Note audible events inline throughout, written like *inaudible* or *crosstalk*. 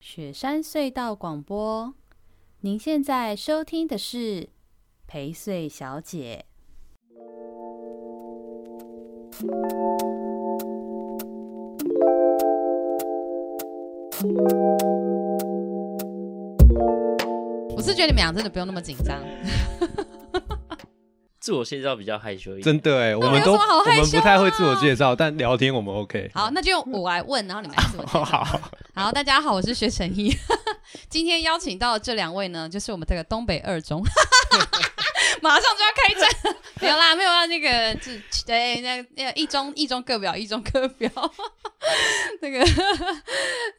雪山隧道广播。您现在收听的是陪睡小姐。我是觉得你们俩真的不用那么紧张，自我介绍比较害羞一点。真的哎，我那们有都什么好我害羞啊们不太会自我介绍，但聊天我们 *laughs* OK。好，那就用我来问，然后你们来自我介绍。好，好，大家好，我是薛成一。 *laughs* 今天邀请到的这两位呢，就是我们这个东北二中， *laughs* 马上就要开战， *laughs* 没有啦，没有啦，那个就对，那那个一中一中各表，一中各表， *laughs* 那个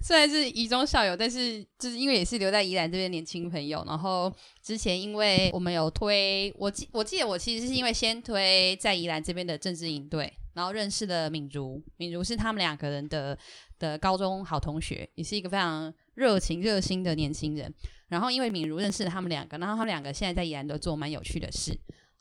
虽然是一中校友，但是就是因为也是留在宜兰这边的年轻朋友，然后之前因为我们有推，我记我记得我其实是因为先推在宜兰这边的政治营队。然后认识了敏如，敏如是他们两个人的的高中好同学，也是一个非常热情热心的年轻人。然后因为敏如认识了他们两个，然后他们两个现在在宜兰都做蛮有趣的事。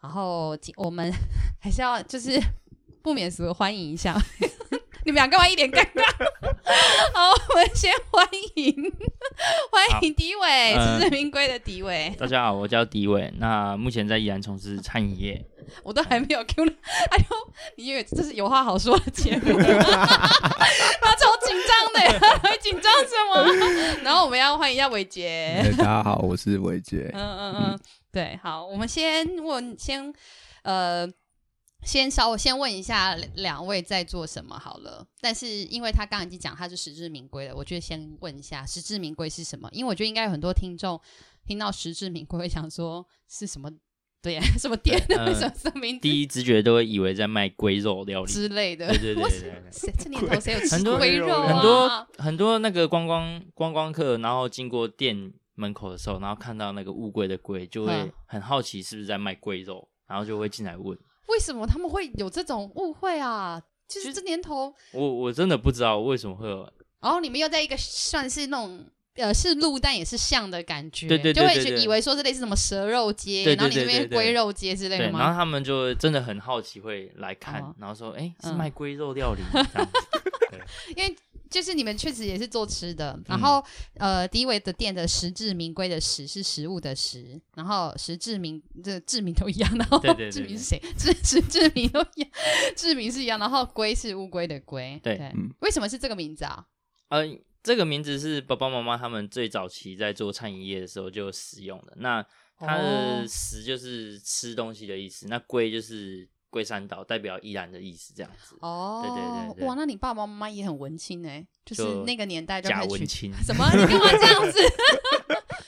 然后今我们 *laughs* 还是要就是 *laughs* 不免俗地欢迎一下， *laughs* 你们俩干嘛一脸尴尬？ *laughs* 好，我们先欢迎 *laughs* 欢迎迪伟，好实至名归的迪伟。大家好，我叫迪伟，那目前在宜兰从事餐饮业。我都还没有 Q 呢，哎呦，你以为这是有话好说的节目？ *laughs* 他超紧张的， *laughs* 还紧张什么？然后我们要欢迎一下伟杰， *laughs* 大家好，我是伟杰哎嗯。嗯嗯，对，好，我们先问，先呃，先稍微先问一下两位在做什么好了。但是因为他刚刚已经讲他是实至名归了，我觉得先问一下实至名归是什么？因为我觉得应该有很多听众听到实至名归会想说是什么。对呀，什么店？ *laughs* 对呃为什么是名字？第一直觉都会以为在卖龟肉料理，之类的对。对对对对。 *laughs* 谁这年头谁有吃很多龟肉啊？很多很多那个观光观光客，然后经过店门口的时候，然后看到那个乌龟的龟，就嗯会很好奇是不是在卖龟肉，然后就会进来问。为什么他们会有这种误会啊？就其是这实年头，我我真的不知道为什么会有，然后你们又在一个算是那种。呃，是鹿但也是象的感觉，对对就对会对对觉对以为说是类似什么蛇肉街，对对然后你对这边是对对龟肉街之类对，的然后吗？他们就真的很好奇会来看，哦然后说，哎、是嗯卖龟肉料理吗，这样子就是你们确实也是做吃的，嗯然后、呃，第一位的店的实至名归的实是食物的食，然后实至名这志名都一样，然后对 *laughs* 对对志名是谁？志实志名都一样，志名是一样，然后龟是乌龟的龟，对嗯为什么是这个名字啊？呃，这个名字是爸爸妈妈他们最早期在做餐饮业的时候就使用的。那它哦的“食”就是吃东西的意思，那“龟”就是龟山岛，代表依然的意思，这样子。哦，对对对哇，那你爸爸妈妈也很文青哎、就是就那个年代就假开始文取青， *laughs* 什么？你干嘛这样子？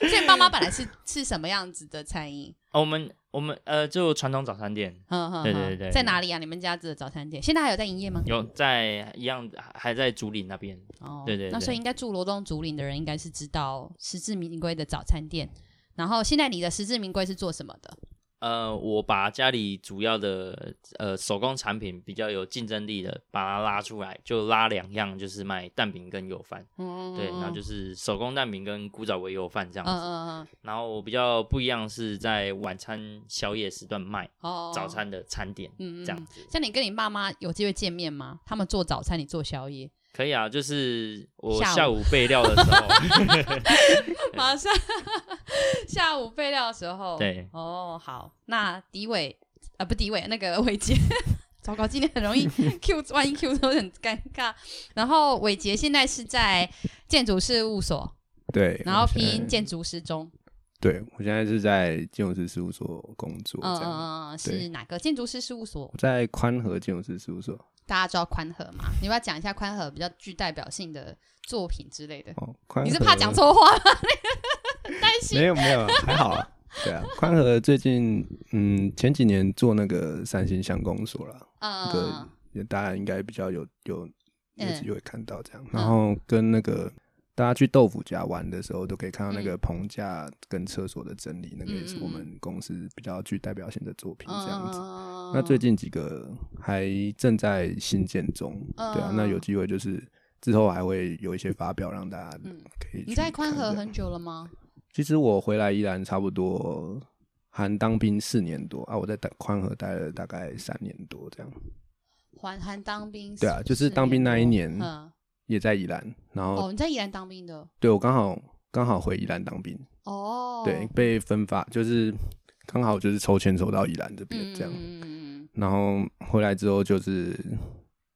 *laughs* 所以爸妈本来是是什么样子的餐饮？哦我们我们呃，就传统早餐店哼哼哼对对对对在哪里啊？你们家的早餐店现在还有在营业吗？有在一样，还在竹林那边。哦，对对对那所以应该住罗东竹林的人应该是知道实至名归的早餐店。然后现在你的实至名归是做什么的？呃，我把家里主要的呃手工产品比较有竞争力的，把它拉出来，就拉两样，就是卖蛋饼跟油饭。嗯，对，然后就是手工蛋饼跟古早味油饭这样嗯子。嗯嗯然后比较不一样是在晚餐宵夜时段卖哦，早餐的餐点，嗯嗯嗯这样子像你跟你爸妈有机会见面吗？他们做早餐，你做宵夜，可以啊。就是我下午下午备料的 *laughs* 时候，马上下午备料的时候，对哦，好，那迪伟啊、不迪伟，那个伟杰， *laughs* 糟糕，今天很容 *laughs* 易 Q，万一 Q 都很尴尬。然后伟杰现在是在建筑事务所，对，然后我现在拼建筑师中，对，我现在是在建筑师事务所工作，嗯这样。嗯嗯，对是哪个建筑师事务所我？在宽和建筑师事务所。大家知道宽和嘛？你要不要讲一下宽和比较具代表性的作品之类的？哦，宽和你是怕讲？错话吗？ *laughs* 没有没有，还好啊。对啊，宽和最近嗯前几年做那个三星乡公所啦，嗯嗯嗯那个也大家应该比较有有有嗯机会看到这样。然后跟那个大家去豆腐家玩的时候，都可以看到那嗯个棚架跟厕所的整理，那个也是我们公司比较具代表性的作品这样子。嗯那最近几个还正在新建中，嗯对啊，那有机会就是之后还会有一些发表让大家嗯可以。你在宽和很？久了吗？其实我回来宜兰差不多，含当兵四年多啊，我在大宽和待了大概三年多这样。还还当兵，啊对啊就是当兵那一年嗯，也在宜兰，然后、哦，你在宜兰当兵的对我刚好刚好回宜兰当兵，哦，对，被分发就是刚好就是抽签抽到宜兰这边这样，嗯嗯然后回来之后就是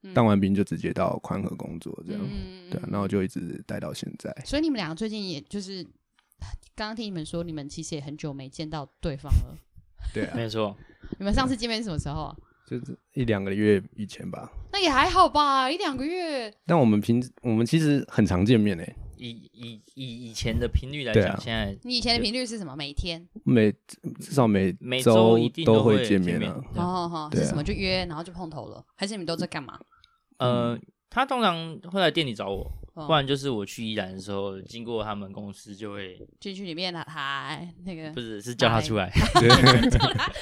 嗯当完兵就直接到宽和工作这样，嗯对、啊，然后就一直待到现 *laughs* 在。所以你们两个最近也就是， *sighs* 刚刚听你们说，你们其实也很久没见到对方了。对啊，没错，你们上次见面是什么时候啊？就是一两个月以前吧。那也还好吧，一两个月。但我们平我们其实很常见面诶、欸以以以以前的频率来对讲，啊现在你以前的频率是什么？每天？每至少每每周一定都会见面面啊。对哦哦，对啊是什么？就约，然后就碰头了，还是你们都在干嘛？呃，他通常会来店里找我，哦不然就是我去宜兰的时候，经过他们公司就会，进去里面啦，嗨，那个不是是叫他出来，哎 *laughs*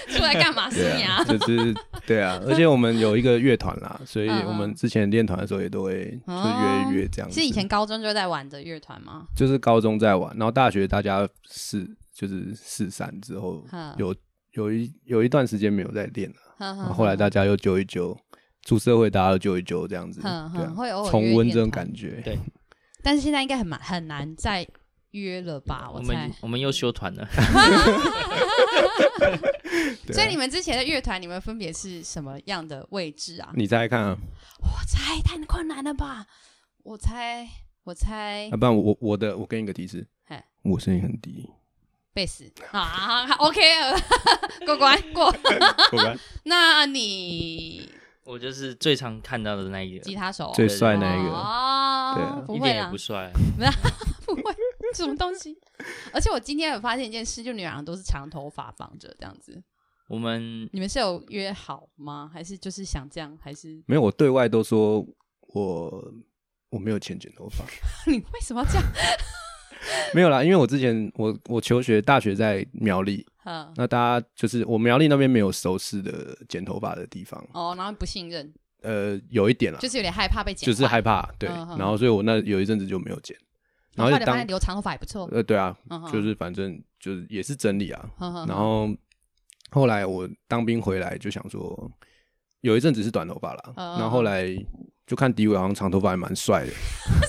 出来干 *laughs* 嘛？是对你啊，啊？就是对 *laughs* 啊，而且我们有一个乐团啦，所以嗯我们之前练团的时候也都会就哦约一约这样子。是以前高中就在玩的乐团吗？就是高中在玩，然后大学大家试就是试散之后嗯，有有一有一段时间没有在练了，哼然哼后后来大家又揪一揪，出社会大家又揪一揪这样子，对哼哼啊，会偶尔约重温这练种团感觉。对但是现在应该很蛮很难再约了吧？我我猜们。我们又休团了。 *laughs* 对啊所以你们之前的乐团，你们分别是什么样的位置啊？你猜看啊，我猜太困难了吧？我猜，我猜啊，不然我我我的我给你个提示哎嘿，我声音很低，贝斯啊好，OK，过关过。 *laughs* 那你我就是最常看到的那一个吉，他手最帅那一个，对哦啊，不一会点也啦不，帅。不会什么东西。 *laughs* 而且我今天有发现一件事，就你们两个都是长头发绑着这样子，我们你们是有约好吗？还是就是想这样？还是 *laughs* 没有，我对外都说我我没有钱剪头发，你为什么要这样？ *laughs* *laughs* 没有啦，因为我之前我我求学大学在苗栗，嗯，那大家就是我苗栗那边没有熟识的剪头发的地方，哦，然后不信任，呃，有一点啦，就是有点害怕被剪坏，就是害怕，对，嗯哦嗯然后所以我那有一阵子就没有剪，然后后来就发当现留长头发也不错，呃对啊嗯嗯，嗯就是反正就是也是整理啊，呵呵然后后来我当兵回来就想说，有一阵子是短头发啦，嗯嗯然后后来就看迪伟好像长头发还蛮帅的，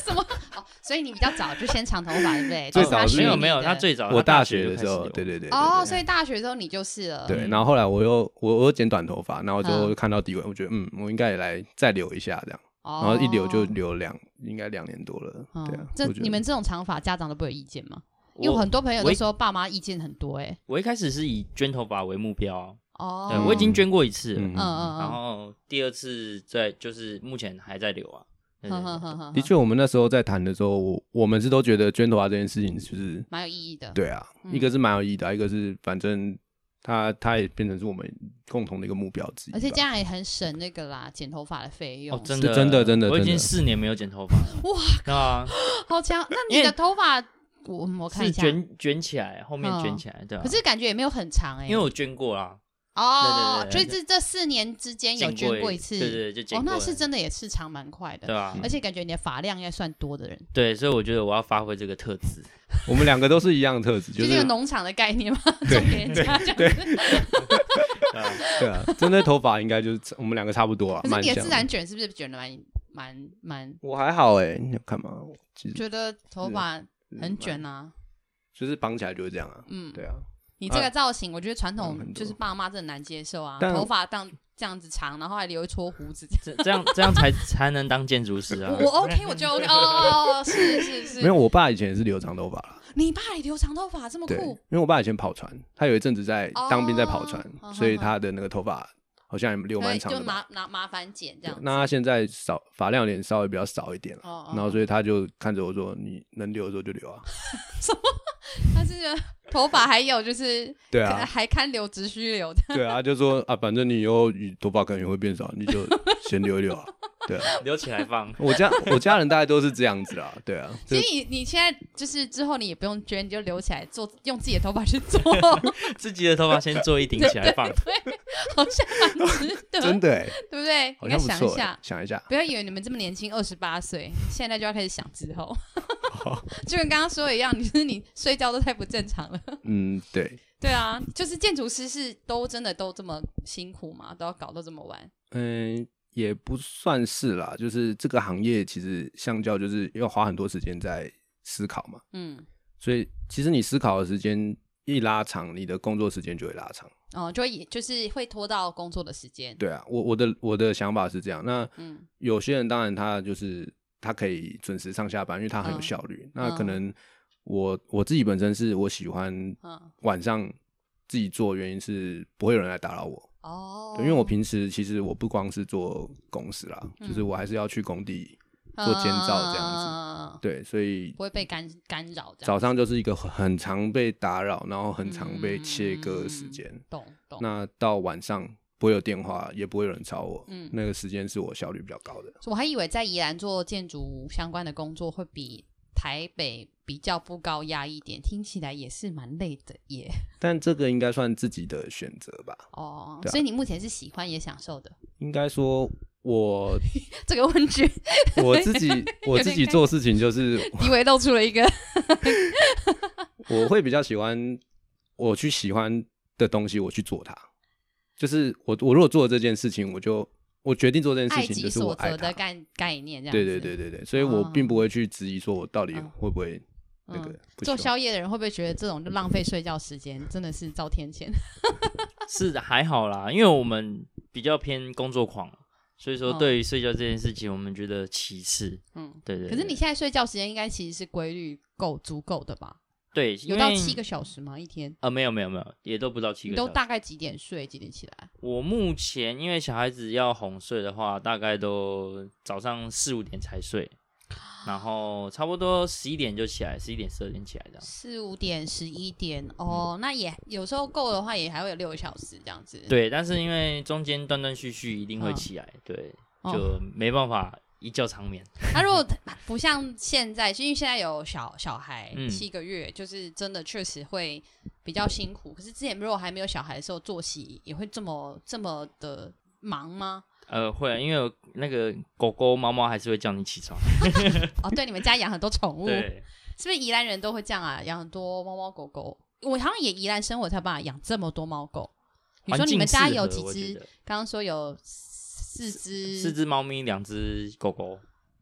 什么？哦，所以你比较早就先长头发，对不对？最就是早他是没学有你没有，的他最早我大大学的时候，对对对对，哦，所以以大学之后你就是了，对，然后后来我又我我又剪短头发，然后之后嗯看到迪伟，我觉得嗯，我应该也来再留一下这样，哦，然后一留就留两应该两年多了，嗯。对啊，这我觉得你们这种长发，家长都不会有意见吗？因为我我很多朋友我都一说爸妈意见很多，哎，我一开始是以捐头发为目标啊，哦对，我已经捐过一次了，嗯嗯嗯然嗯后第二次在就是目前还在留啊。嗯对对哼对哼哼哼，的确，我们那时候在谈的时候，我我们是都觉得捐头发这件事情就是蛮有意义的，对啊，嗯一个是蛮有意义的啊，一个是反正它它也变成是我们共同的一个目标之一吧。而且这样也很省那个啦，剪头发的费用，哦，真是的真的真的我已真经的四年没有剪头发了。哇，那好强！那你因的为头发，我我看一是下，卷卷起来，后面卷嗯起来，对吧啊可？是感觉也没有很长哎，因为我捐过啦，哦，所对以对对这这四年之间有剪捐过一次，对对，对就剪哦，过了。那是真的也是长蛮快的哎对，吧？而且感觉你的发量应该算多的人，对，所以我觉得我要发挥这个特质。我们两个都是一样 *laughs* 的特质，就是是有农场的概念嘛，种给人家这样子。对啊，真的头发应该就是我们两个差不多啊，可是蛮你像的自的。然卷是不是卷的蛮蛮蛮？我还好哎，你有看吗？我其实嗯觉得头发很卷啊，就是绑起来就是这样啊。嗯，对啊，你这个造型，我觉得传嗯统很多就是爸妈真的难接受啊，但头发当这样子长，然后还留一撮胡子这样。这这样这样才才能当建筑师啊！我我 OK，我觉得 *laughs* OK 哦，是是没是，有，我爸以前也是留长头发啦。你爸也留长头发这么对，酷因，为我爸以前跑船，他有一阵子在哦当兵在跑船好好，所以好他的那个头发好像也留蛮对，长的就吧。麻麻麻烦剪这对样子。那他现在少发量有点稍微比较少一点了，哦哦然后所以他就看着我说：“你能留的时候就留啊。但是呢头发还有就是” *laughs* 对可 *laughs* 能啊，还堪留直须留的，对啊，就说啊，反正你以后头发可能也会变少，你就先留一留啊。对啊，留起来放，我家我家人大概都是这样子啦，对啊，所就以你你现在就是之后你也不用捐，你就留起来做，用自己的头发去 *laughs* 做，自己的头发先做一顶起来放。好像蛮值得，真的哎，对不对？好应该像不想一错欸下，，想一下，不要以为你们这么年轻，二十八岁，现在就要开始想之 *laughs* 后，就跟刚刚说的一样，你就是你睡觉都太不正常了。 *laughs* 嗯，对，对啊，就是建筑师是都真的都这么辛苦嘛，都要搞到这么晚。嗯，也不算是啦，就是这个行业其实相较就是要花很多时间在思考嘛，嗯，所以其实你思考的时间一拉长，你的工作时间就会拉长。哦，就会就是会拖到工作的时间。对啊，我我的我的想法是这样。那嗯有些人当然他就是他可以准时上下班，因为他很有嗯效率。那可嗯能我我自己本身是我喜欢嗯，晚上自己做，原因是不会有人来打扰我。哦对，，因为我平时其实我不光是做公司啦，就是嗯我还是要去工地做监造这样子。子，对，所哦以嗯不会被干干扰这样。早上就是一个很很常被打扰，然后很常被切割的时嗯间。懂懂。那到晚上不会有电话，也不会有人吵我。嗯那个时间是我效率比较高的。我还以为在宜兰做建筑相关的工作会比台北比较不高压一点，听起来也是蛮累的耶。但这个应该算自己的选择吧？哦，对啊所以你目前是喜欢也享受的应该说 *laughs* 我这个问句，我自己我自己做事情就是以为露出了一个我会比较喜欢我去喜欢的东西，我去做它。就是我我如果做了这件事情，我就我决定做这件爱事情，己就是所我爱责它的。概概念，这样对子哦对对。对对，所以我并不会去质疑说我到底嗯会不会那个嗯不喜做欢宵夜的人会不会觉得这种就浪费睡觉时间，真的是遭天谴？是的还好啦，因为我们比较偏工作狂，所以说哦对于睡觉这件事情，我们觉得其次。嗯，对对可是你现在睡觉时间应该其实是规律够足够的吧？对，有因到为七个小时吗？一天？呃，没有没有没有，也都不到七你个都小时。大概几点睡？几点起来？我目前因为小孩子要哄睡的话，大概都早上四五点才睡，然后差不多十一点就起来，十一点十二点起来这样。四五点、十一点哦，那也有时候够的话，也还会有六个小时这样子。，对，但是因为中间断断续续一定会嗯起来，对，哦就没办法一觉长眠。那、如果不像现在，因为现在有小小孩、嗯七个月，就是真的确实会比较辛苦。可是之前如果还没有小孩的时候，作息也会这么这么的忙吗？呃，会啊，因为那个狗狗、猫猫还是会叫你起床。哦，对，你们家养很多宠物，是对，不是宜兰人都会这样啊？养很多猫猫狗狗。我好像也宜兰生活才有办法养这么多猫狗。你说环你们境适家有合几我觉只得？刚刚说有四只，四只猫咪，两只狗狗。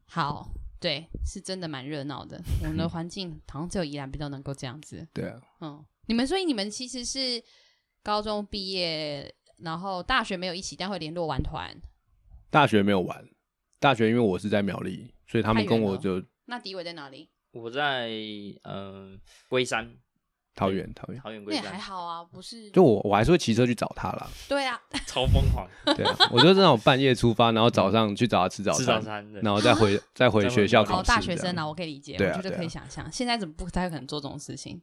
好，对，是真的蛮热闹的。我们的环境好像只有宜兰比较能够这样子。对啊，嗯，你们所以你们其实是高中毕业，然后大学没有一起，但会联络玩团。大学没有玩，大学因为我是在苗栗，所以他们太远跟我了就那迪伟在哪里？我在嗯龟山，桃园桃园，桃园那龟也还山，好啊，不是？就我我还是会骑车去找他啦。对啊，超疯狂，*laughs* 对啊，我就这种半夜出发，然后早上去找他吃早吃餐，早餐的。然后再 *laughs* 回再回再回学校考哦，试。大学生这啊，样我可以理解，对啊我觉得对啊可以想象，现在怎么不太可能做这种事情？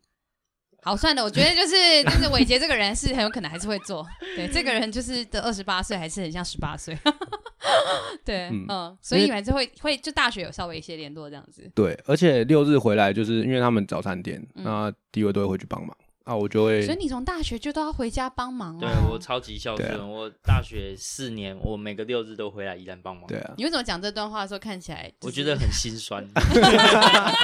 好，算了，我觉得 *laughs* 就是就是伟杰这个人是很有可能还是会做，对，这个人就是的二十八岁还是很像十八岁， *laughs* 对，嗯嗯所以因为你们还是会会就大学有稍微一些联络这样子，对，而且六日回来，就是因为他们早餐店，嗯那迪伟都会回去帮忙啊，我就会所以你从大学就都要回家帮忙对哦。我超级孝对啊顺，我大学四年，我每个六日都回来宜兰帮忙。对啊，你为什么讲这段话的时候看起来就是、我觉得很 *laughs* 心酸，哦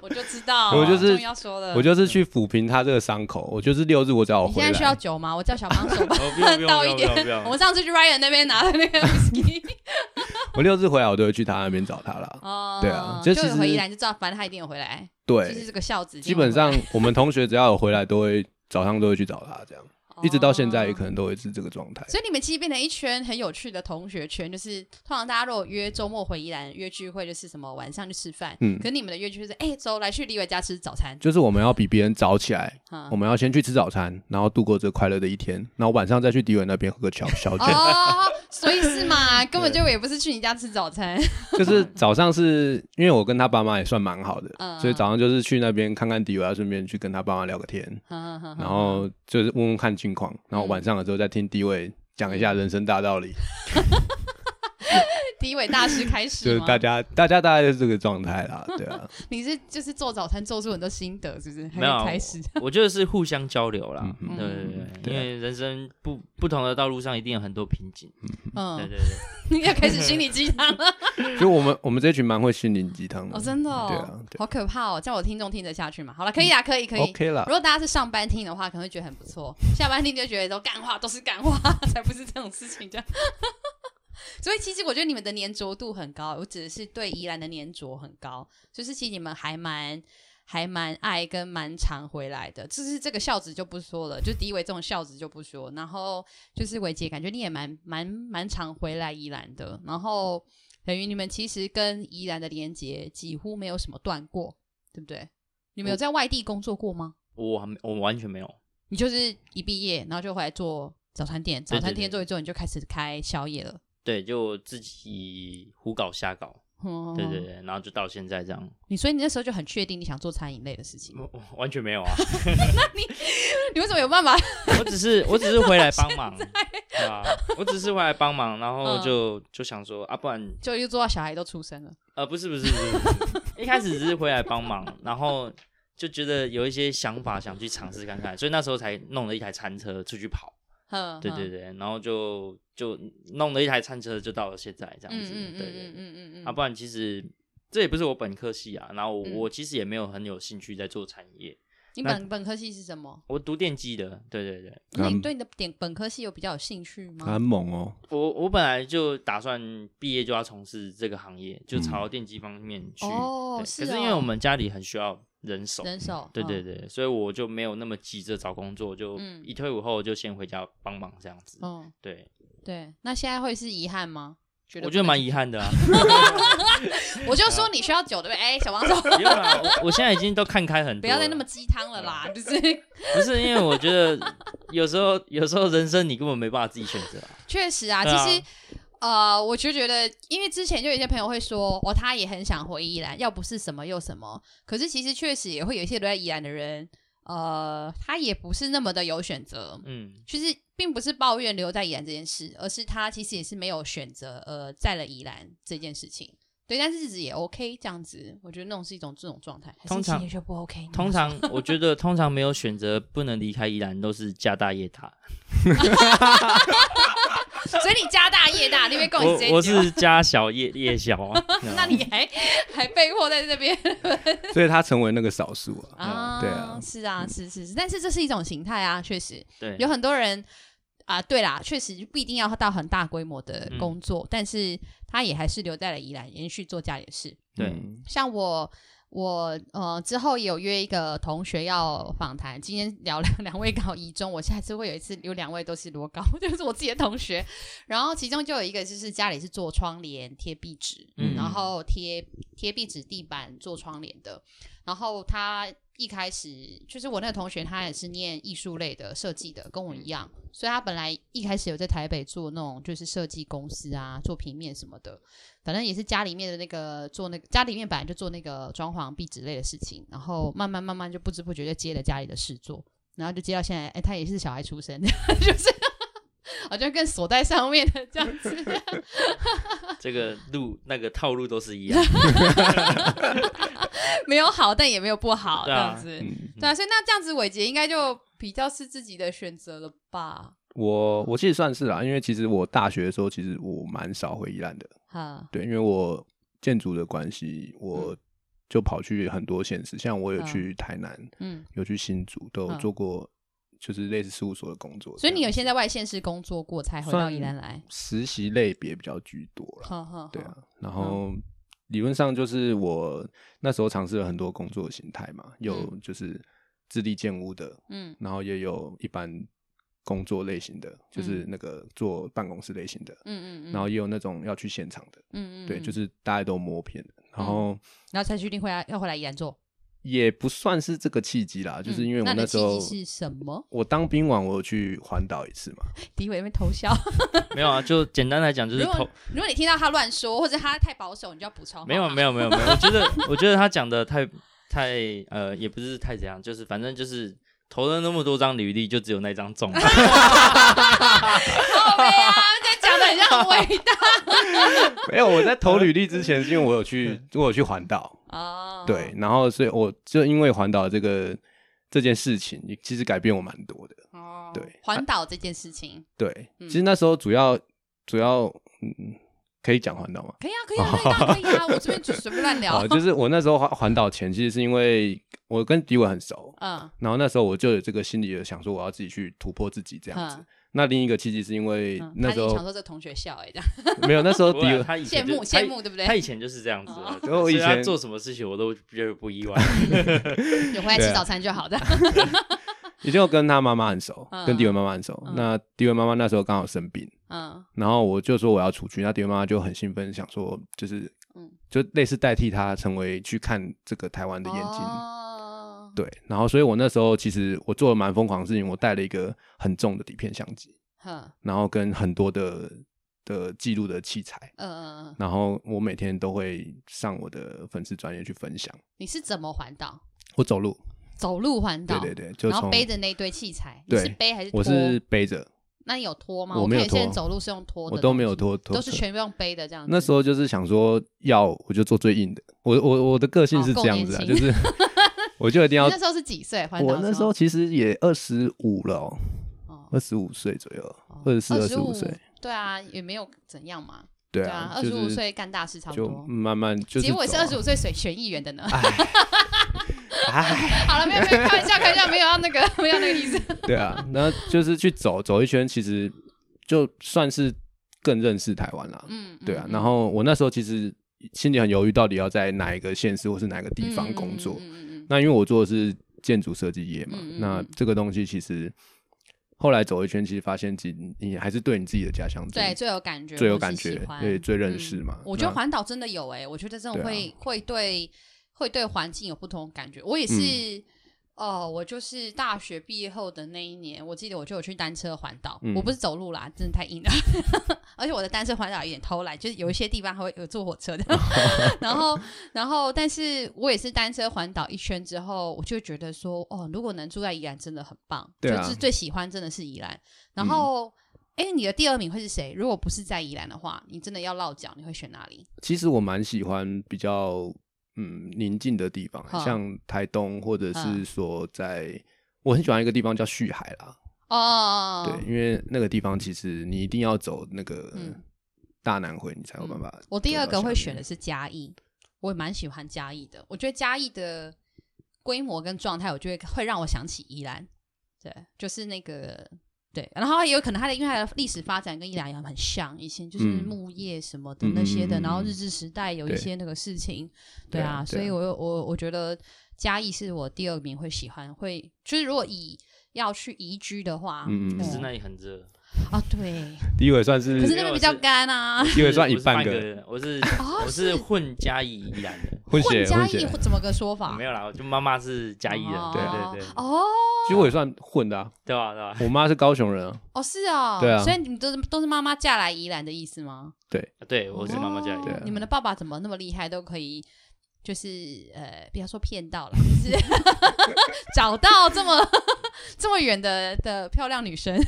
我就知道，我就是终于要说了，我就是去抚平他这个伤口。我就是六日我只要我呃嗯你回现在需要来，酒吗？我叫小帮 *laughs* 手吧。哦不用不用倒不一用不点用不我用们，上次去 Ryan 那边拿的那个 whisky，我六日回来我都会去他那边找他啦。哦，对啊就这其有回实宜兰就知道，反正他一定有回来，就是对这，个孝子一基定会回来。本上 *laughs* 我们同学只要有回来，都会早上都会去找他，这样一直到现在也哦可能都会是这个状态。所以你们其实变成一圈很有趣的同学圈，就是通常大家如果约周末回宜兰约聚会，就是什么晚上去吃饭，嗯可，是你们的约聚就是哎、走来去李伟家吃早餐，就是我们要比别人早起来，啊我们要先去吃早餐，然后度过这快乐的一天，然后晚上再去迪伟那边喝个小小酒。哦，所以是 *laughs* 嘛，根本就也不是去你家吃早餐， *laughs* 就是早上是因为我跟他爸妈也算蛮好嗯的，所以早上就是去那边看看迪伟，啊顺便去跟他爸妈聊个天，然然后就是问问看近况，然后嗯晚上的时候再听迪伟讲一下人生大道理，李伟大师开 *laughs* 就始是吗？大家大家大概就是这个状态啦，*laughs* 对啊，你是就是做早餐做出很多心得，是不是？还没有开始，我觉得是互相交流啦。嗯对对对，对因为人生不不同的道路上一定有很多瓶颈。对嗯，对对， *laughs* 要开始心理鸡汤 *laughs* 了，就我们我们这群蛮会心灵鸡汤哦，的，真的哦，对啊嗯对好可怕哦，叫我听众听得下去吗？好了，可以啊，可以，可以。 ，OK 啦如，果大家是上班听的话，可能会 *laughs* 觉得很不错；下班听就觉得都干话，都是干话，才不是这种事情这样。 *laughs* 所以其实我觉得你们的粘着度很高，我指的是对宜兰的粘着很高，就是其实你们还蛮还蛮爱跟蛮常回来的，就是这个孝子就不说了，就迪伟这种孝子就不说，然后就是伟杰，感觉你也蛮蛮蛮常回来宜兰的，然后等于你们其实跟宜兰的连接几乎没有什么断过，对不对？你们有在外地工作过吗？我还没我完全没有，你就是一毕业，然后就回来做早餐店，早餐对对店对做一做，你就开始开宵夜了。对，就自己胡搞瞎搞，哦对对对，然后就到现在这样，你所以你那时候就很确定你想做餐饮类的事情，我我完全没有啊，你为什么有办法？ *laughs* 我只是我只是回来帮忙，对啊，我只是回来帮忙，然嗯后就就想说啊，不然就又做到小孩都出生了，呃不是不是不是，不是一开始只是回来帮忙，然后就觉得有一些想法想去尝试看看，所以那时候才弄了一台餐车出去跑，哼，对对嗯哼，对，然后就就弄了一台餐车，就到了现在这样嗯子，嗯嗯对对嗯对。嗯嗯嗯啊，不然其实这也不是我本科系啊，然后我,、嗯我其实也没有很有兴趣在做产业，你那本本科系是什么？我读电机的，对对对，那你嗯对你的点本科系有比较有兴趣吗很？猛哦，我我本来就打算毕业就要从事这个行业，就朝电机方面去。哦对是可是因为哦我们家里很需要人手。人手，对嗯对，对，所以我就没有那么急着找工作，就嗯一退伍后就先回家帮忙这样子。嗯，对，对。那现在会是遗憾吗？觉我觉不得能蛮去遗憾的啊。我就说你需要酒对不对？哎，小王 *laughs* 总，不用啦，我我现在已经都看开很多了。不要再那么鸡汤了啦，就是 *laughs* 不是因为我觉得有时候有时候人生你根本没办法自己选择、啊。确实啊，其对啊实、呃，我就觉得，因为之前就有一些朋友会说，哦，他也很想回宜兰，要不是什么又什么。可是其实确实也会有一些留在宜兰的人，呃，他也不是那么的有选择。嗯，其实并不是抱怨留在宜兰这件事，而是他其实也是没有选择，呃，在了宜兰这件事情。对，但是日子也 OK 这样子，我觉得那种是一种这种状态，还是通常其实就不 OK 你们通常我觉得通常没有选择不能离开宜兰都是家大业大。说，所以你家大业大，你被共我我是家小业业小啊。 *laughs* 那你还还被迫在这边啊所以他成为那个少数啊。啊，对啊是啊，是是是，但是这是一种形态啊，确实对有很多人啊、对啦，确实不一定要到很大规模的嗯工作，但是他也还是留在了宜兰，延续做家里的事。对嗯像我，我呃之后也有约一个同学要访谈，今天聊了 *laughs* 两位搞一中，我下次会有一次有两位都是裸稿， *laughs* 就是我自己的同学，然后其中就有一个就是家里是做窗帘、贴壁纸，嗯然后贴贴壁纸、地板做窗帘的，然后他。一开始就是我那个同学，他也是念艺术类的设计的，跟我一样，所以他本来一开始有在台北做那种就是设计公司啊，做平面什么的，反正也是家里面的那个做那个家里面本来就做那个装潢壁纸类的事情，然后慢慢慢慢就不知不觉就接了家里的事做，然后就接到现在，哎，他也是小孩出生， *laughs* 就是。好像跟锁在上面的这样子， *laughs* 这个路那个套路都是一 *laughs* 样。没有好，但也没有不好，这对啊样子。嗯，对啊，所以那这样子，伟杰应该就比较是自己的选择了吧？我我其实算是啦，因为其实我大学的时候，其实我蛮少回宜兰的。哈，对，因为我建筑的关系，我就跑去很多县市，像我有嗯去台南，嗯，有去新竹，都有嗯做过就是类似事务所的工作。所以你有这先样在外县市工作过，才回到宜兰来。实习类别比较居多啦。哈哈，对啊，然嗯后理论上就是我那时候尝试了很多工作形态嘛，有就是自立建屋的，嗯然后也有一般工作类型的，就是那个做办公室类型的，嗯嗯嗯，然后也有那种要去现场的，嗯嗯，对，嗯就是大家都摸片的，然后。然后才决定回来要回来宜兰做。也不算是这个契机啦，就是嗯因为那我你的时候契机是什么 *laughs* 我当兵完，我有去环岛一次嘛，诋毁那边偷笑。没有啊，就简单来讲就是如果偷。如果你听到他乱说，或者他太保守，你哦就要补充。没有没有，有没有没有，我觉得我觉得他讲的太太呃，也不是太怎样，就是反正就是投了那么多张履历，就只有那张中。 *laughs* 靠背啊，在讲的很像很伟 *laughs* 大没有，我在投履历之前，是因为我 *laughs* 有去，我有去环岛，哦对，，然后所以我就因为环岛这个这件事情，其实改变我蛮多的。哦对啊环岛这件事情，对，嗯其实那时候主要主要嗯，可以讲环岛吗？可以啊，可以啊，可以啊，可以啊，我这边就随便乱聊 *laughs* *laughs* 好，。就是我那时候环环岛前，其实是因为我跟迪伟很熟，嗯然后那时候我就有这个心理的想说，我要自己去突破自己这样子。嗯那另一个契机是因为嗯那他时就候想说这同学校哎、这 *laughs* 样没有，那时候 *laughs* 不第会一啊个他以羡前就慕羡慕，对不他对？以前就是这样子啊哦，对然后我以所他前做什么事情我都觉得不意 *laughs* 外。有回来对吃啊早餐就 *laughs* 好的。已经有跟他妈妈很熟，嗯跟迪文妈妈很熟。嗯那迪文妈妈那时候刚好生病，嗯然后我就说我要出去，那迪文妈妈就很兴奋，想说就是嗯，就类似代替他成为去看这个台湾的眼睛。哦对，然后所以我那时候其实我做了蛮疯狂的事情，我带了一个很重的底片相机，哼然后跟很多的的记录的器材，嗯嗯嗯，然后我每天都会上我的粉丝专业去分享。你是怎么环岛？我走路，走路环岛，对对对，就然后从背着那一堆器材，你对是背还是拖？我是背着，那你有拖吗？我我没有看有些人拖走路是用拖的，我都没有，拖拖都是车全部用背的这样子。那时候就是想说要我就做最硬的，我我我的个性哦是够这样年子啊，轻就是 *laughs* 我就一定你要那。时候是几岁？环岛我的那时候其实也二十五了、哦，哦二十五岁左右哦，二十四、二十五25岁，对啊，也没有怎样嘛。对对啊，啊，二就十五是岁干大事差不就多。慢慢就是结果是走二啊十五岁选选议员的呢。 *laughs* 哎， *laughs* 好了，没有没有，开玩笑，开玩笑，没有要那个，没有那个意思。对啊，那就是去走走一圈，其实就算是更认识台湾啦。嗯，对啊嗯，然后我那时候其实心里很犹豫，到底要在哪一个县市或是哪个地方工作。嗯嗯嗯嗯那因为我做的是建筑设计业嘛，嗯嗯嗯那这个东西其实后来走一圈，其实发现自己你还是对你自己的家乡对，最最有感觉，最有我是感喜觉，欢嗯对最认识嘛。我觉得那环岛真的有哎、我觉得这种对啊会、会对会对环境有不同的感觉。我也是，嗯哦，我就是大学毕业后的那一年，我记得我就有去单车环岛，嗯我不是走路啦，真的太硬了。 *laughs* 而且我的单车环岛有点偷懒，就是有一些地方还会有坐火 *laughs* 车的。然后，然后，但是我也是单车环岛一圈之后，我就觉得说，哦，如果能住在宜兰，真的很棒，对啊就是最喜欢真的是宜兰。然后，哎、你的第二名会是谁？如果不是在宜兰的话，你真的要落脚，你会选哪里？其实我蛮喜欢比较嗯宁静的地方，嗯像台东或者嗯是说在，我很喜欢一个地方叫旭海啦，哦，对，，因为那个地方其实你一定要走那个嗯大南回，你才有办法走到下面、我第二个会选的是嘉义，我也蛮喜欢嘉义的。我觉得嘉义的规模跟状态，我觉得会让我想起宜兰。对，就是那个对，然后也有可能它的因为它的历史发展跟宜兰也很像，以前就是嗯牧业什么的那些的，嗯嗯嗯嗯然后日治时代有一对些那个事情，对对啊，啊所对以啊我有我我觉得嘉义是我第二名会喜欢，会就是如果以要去宜居的话，嗯嗯嗯嗯可哦是那里很热，啊对，第一位算是可是没那边有我比较是干啊，第一我是位 *laughs* 算一我是半半个人，我是哦我是混嘉义宜兰的，*laughs* 混混血嘉混义血，会怎么个说法没？有啦，我就妈妈是嘉义人，哦啊对对对，哦其实我也算混的、啊，对吧对吧？我妈是高雄人啊，哦，是哦，对啊所以你们都是都是妈妈嫁来宜兰的意思吗？啊对，我是妈妈嘉义哦对啊人，你们的爸爸怎么那么厉害，都可以就是呃，不要说骗到了， *laughs* 就是找到这么 *laughs* 这么远的的漂亮女生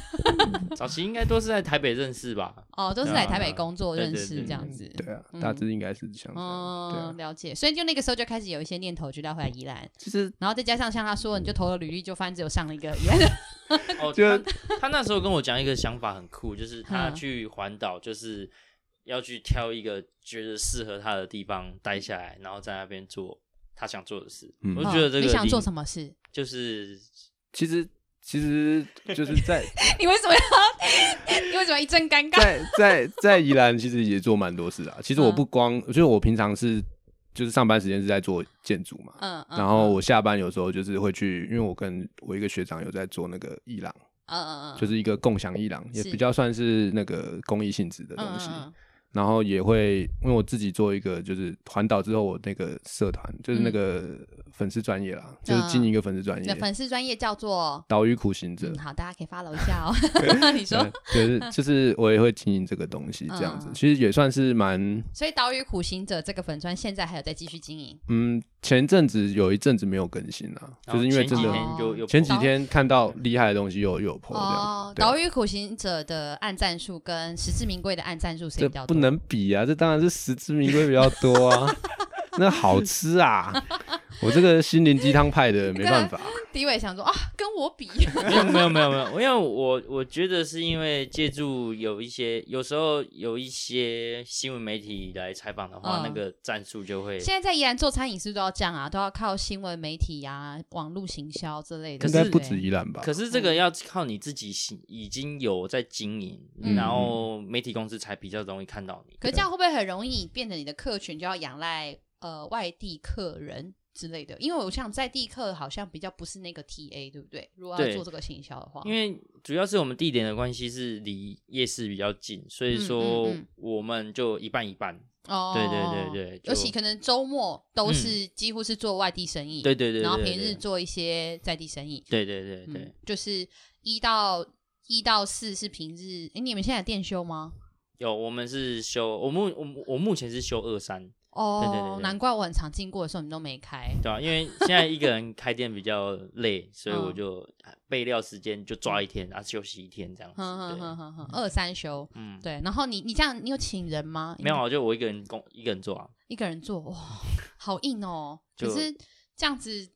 早期应该都是在台北认识吧？哦，都是对来啊台北工作对认对识对这样子。对啊嗯，大致应该是像这样。对哦啊，，了解，所以就那个时候就开始有一些念头，觉得要回来宜兰，其实然后再加上像他说，你就投了履历，就发现只有上了一个宜兰的，哦，就他他那时候跟我讲一个想法很酷，就是他嗯去环岛，就是要去挑一个觉得适合他的地方待下来，然后在那边做他想做的事。嗯我就觉得这哦个你想理做什么 *laughs* 事？就是其实其实就是在你为什么要？ *laughs* 你为什么一阵尴 *laughs* 尬？在在在宜兰其实也做蛮多事啊。其实我嗯不光，就是我平常是就是上班时间是在做建筑嘛，嗯，嗯然后我下班有时候就是会去，因为我跟我一个学长有在做那个艺廊，嗯嗯嗯，就是一个共享艺廊，也是比较算是那个公益性质的嗯东西。嗯嗯然后也会因为我自己做一个就是环岛之后，我那个社团就是那个粉丝专业啦，就是经营一个粉丝专你的业。粉丝专业叫做岛屿苦行者 *laughs* 嗯，，好，大家可以 follow 一下 *laughs* 哦。 *laughs* 你说，对就是就是我也会经营这个东西，这样子，嗯其实也算是蛮所以岛屿苦行者这个粉砖现在还有在继续经营，嗯，前阵子有一阵子没有更新了，然就后是因为哦前真几的哦天就又前几天看到厉害的东西又又有破这样哦，，对岛啊屿苦行者的按赞数跟实至名归的按赞数谁这比较不多？能比啊，这当然是实至名归比较 *laughs* 多啊，那好吃啊，我这个心灵鸡汤派的没办法，地位想说啊，跟我比，没有没有没有没有，因为我我觉得是因为借助有一些有时候有一些新闻媒体来采访的话，嗯那个战术就会。现在在宜兰做餐饮是不是都要这样啊？都要靠新闻媒体呀、网络行销之类的。欸应可该是不止宜兰吧？可是这个要靠你自己行已经有在经营，嗯然后媒体公司才比较容易看到你。可是这样会不会很容易变成你的客群就要仰赖呃外地客人之类的？因为我想在地客好像比较不是那个 TA，对不对？如果要对做这个行销的话，因为主要是我们地点的关系是离夜市比较近，所以说嗯嗯嗯我们就一半一半。哦，对对对对就嗯尤其可能周末都是、几乎是做外地生意，对对对对然后对平日对做一些在地生意，对对对对，嗯，就是一到一到四是平日。哎，你们现在有店休吗？有我们是修，我目我我目前是修二三，哦，对对对对难怪我很常经过的时候你们都没开。对吧、因为现在一个人开店比较累，所以嗯 *laughs* 我就啊备料时间就抓一天，然后休息一天这样子。哼哼对哼，哼哼，二三休。嗯，嗯对，然后你你这样，你有请人吗？没有，啊，就我一个人工一个人做啊。一个人做，哇，好硬哦。可就是这样子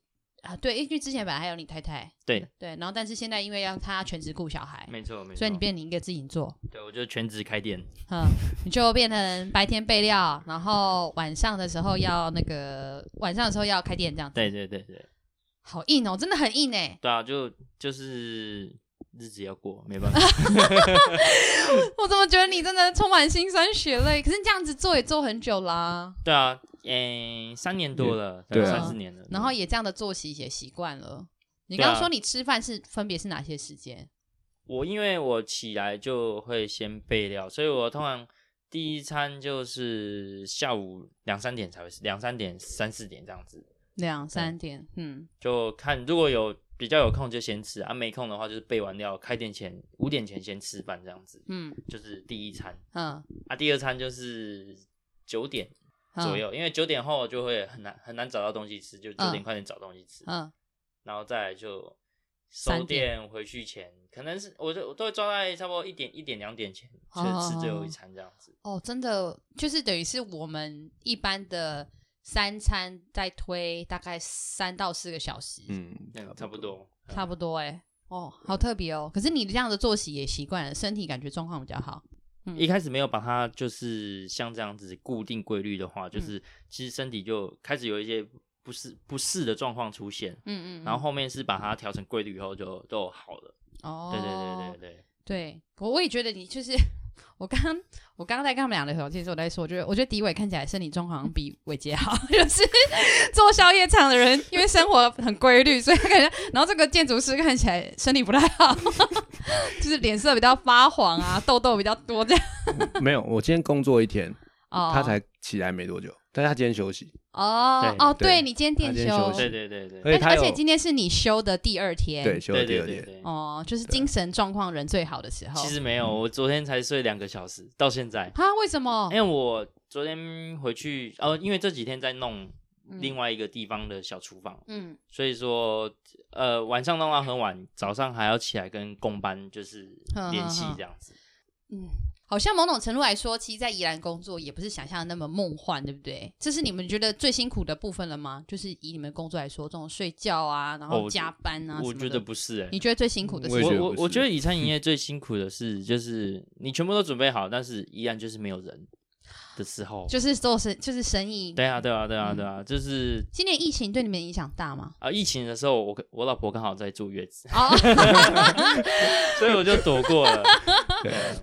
啊，对，因为之前本来还有你太太，对对，然后但是现在因为要她全职顾小孩，没错没错，所以你变成你一个自己做，对我就全职开店，嗯，你就变成白天备料，然后晚上的时候要那个晚上的时候要开店这样子，对对对对，好硬哦，真的很硬哎，对啊，就就是日子要过，*laughs* 没办法。 *laughs* 我怎么觉得你真的充满辛酸血泪？可是你这样子做也做很久啦，对啊，诶、三年多了，对啊三四年了。嗯然后也这样的作息也习惯了。你对刚啊刚说你吃饭是分别是哪些时间？我因为我起来就会先备料，所以我通常第一餐就是下午两三点才会，两三点三四点这样子，两三点，嗯，就看如果有比较有空就先吃啊，没空的话就是备完料，开店前五点前先吃饭这样子，嗯就是第一餐嗯啊，第二餐就是九点嗯左右，因为九点后就会很难很难找到东西吃，就九点快点找东西吃，嗯，然后再来就三收店回去前，可能是我就我都会抓在差不多一点一点两点前哦就哦吃最哦后一餐这样子。哦，真的就是等于是我们一般的三餐在推大概三到四个小时，嗯嗯，差不。 *laughs* 多。差不多哎、哦，好特别哦。可是你这样的作息也习惯了，身体感觉状况比较好。一开始没有把它就是像这样子固定规律的话，就嗯是其实身体就开始有一些不适不适的状况出现，嗯嗯，嗯然后后面是把它调成规律以后就都好了。哦，对对对对对，对，我我也觉得你就是我刚刚我刚刚在跟他们俩聊天的时候，其实我在说，我觉得我觉得迪伟看起来身体状况好像比伟杰好， *laughs* 就是做宵夜场的人，因为生活很规律，所以感觉，然后这个建筑师看起来身体不太好， *laughs* 就是脸色比较发黄啊，痘痘比较多这样。没有，我今天工作一天，哦，他才起来没多久，但是他今天休息，哦对哦，对对你今天他店今天休休，息对对对对而且而且他而有且今天是你休的第二天，对，休了对第二对天对。对。哦，就是精神状况人最好的时候。其实没有，嗯我昨天才睡两个小时，到现在。啊，为什么哎因？为我昨天回去，呃，因为这几天在弄嗯另外一个地方的小厨房，嗯所以说，呃，晚上弄到很晚，早上还要起来跟工班就是联系这样子。嗯，好像某种程度来说，其实，在宜兰工作也不是想象的那么梦幻，对不对？这是你们觉得最辛苦的部分了吗？就是以你们工作来说，这种睡觉啊，然哦后我加班啊、我什觉么得的，不是、欸，你觉得最辛苦的 *laughs* 我是也我觉得我不是我觉 *laughs* 得以餐饮业最辛苦的是，就是你全部都准备好，但是依然就是没有人的时候。就是嗯做生就是生意。对啊，对啊，对啊，对啊，就是今年疫情对你们影响大吗？啊、疫情的时候，我跟我老婆刚好在坐月子， *laughs* 哦，所以我就躲过了。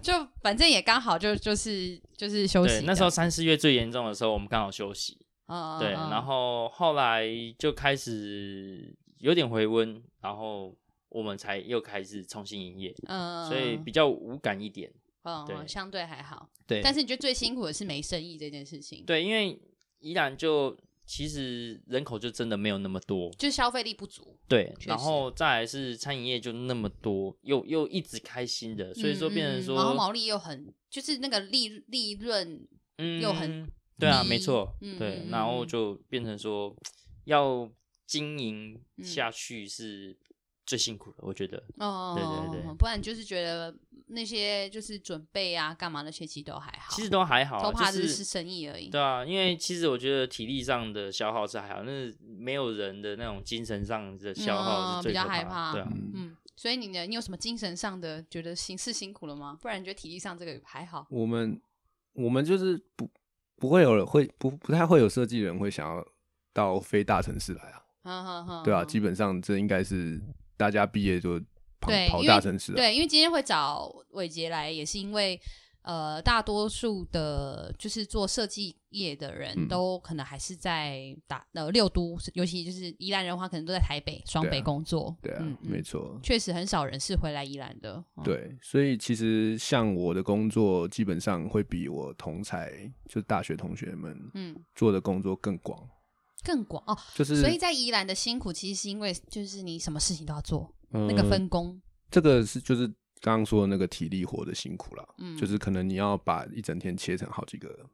就反正也刚好就就是就是休息对的。，那时候三四月最严重的时候，我们刚好休息。嗯，嗯对，嗯然后后来就开始有点回温，然后我们才又开始重新营业，嗯，所以嗯比较无感一点。嗯对嗯相对还好。对但是你觉得最辛苦的是没生意这件事情，，对，因为宜兰就其实人口就真的没有那么多，就是消费力不足。对，确然实后再来是餐饮业就那么多，又又一直开新的，所以说变嗯成嗯嗯然后说，毛利又很，就是那个利利润，嗯，又很对啊，低没错，嗯对嗯，然嗯后嗯就变成说要经营嗯下去是最辛苦的，我觉得。哦，对对对不然就是觉得那些就是准备啊、干嘛那些其实都还好，其实都还好啊，头怕就只是生意而已。对啊，因为其实我觉得体力上的消耗是还好，那是没有人的那种精神上的消耗嗯是最比较可怕的。害怕对啊，嗯，所以你呢？你有什么精神上的觉得行事辛苦了吗？不然你觉得体力上这个还好？我们我们就是不不会有人会不不太会有设计人会想要到非大城市来啊，哼嗯哼哼对啊，哼基本上这应该是大家毕业就跑对跑因为大城市啊，对，因为今天会找伟杰来，也是因为呃，大多数的就是做设计业的人嗯都可能还是在打呃六都，尤其就是宜兰人的话，可能都在台北、双对啊北工作。对啊嗯，没嗯错，确实很少人是回来宜兰的。嗯，对，所以其实像我的工作，基本上会比我同才就大学同学们嗯，做的工作更广，更广哦。就是所以在宜兰的辛苦，其实是因为就是你什么事情都要做，那那个分工。这个是就是刚刚说的那个体力活的辛苦啦，嗯，就是可能你要把一整天切成好几个、嗯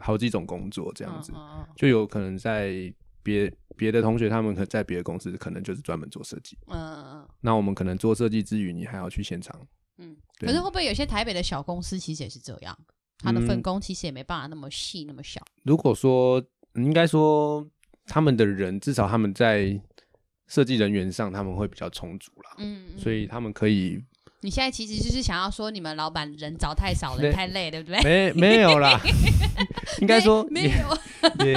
好几种工作这这样子，嗯嗯就有可能在别别的同学他们可在别的公司可能就是专门做设计，嗯嗯那我们可能做设计之余，你还要去现场，嗯嗯。对可是会不会有些台北的小公司其实也是这样？它的分嗯工其实也没办法那么细那么小。如果说应该说他们的人，至少他们在设计人员上他们会比较充足啦，嗯，嗯所以他们可以你现在其实就是想要说，你们老板人找太少了，对太累，对不对？ *laughs* 没没 *laughs* 有啦，应该说没没有也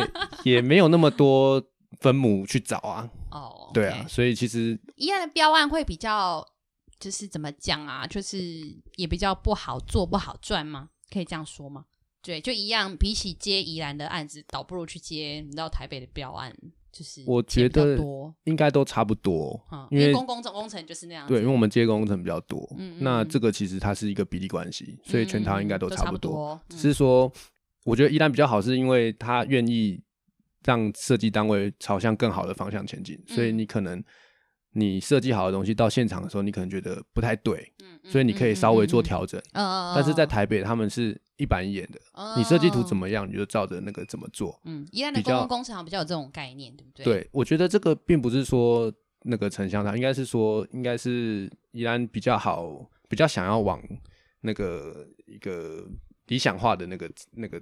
*laughs* 也也没有那么多分母去找啊，哦，对啊，，所以其实一样的标案会比较，就是怎么讲啊，就是也比较不好做，不好赚吗？可以这样说吗？对，就一样，比起接宜兰的案子，倒不如去接你知道台北的标案，就是我钱觉比较得多，应该都差不多，嗯，因因为为公共总工程就是那样子，对，因为我们接工程比较多，嗯嗯那嗯这个其实它是一个比例关系，所以全台湾应该嗯都都差不不多，多，嗯只是说我觉得依然比较好，是因为他愿意让设计单位朝向更好的方向前进，所以嗯你可能你设计好的东西到现场的时候，你可能觉得不太对，嗯嗯所以你可以稍微做嗯嗯调整，嗯嗯嗯但是在台北他们是一板一眼的，嗯你设计图怎么样，你就照着那个怎么做。嗯，宜兰的比公较共工程好像比较有这种概念，对不对？对，我觉得这个并不是说那个城乡差，应该是说，应该是宜兰比较好，比较想要往那个一个理想化的那个那个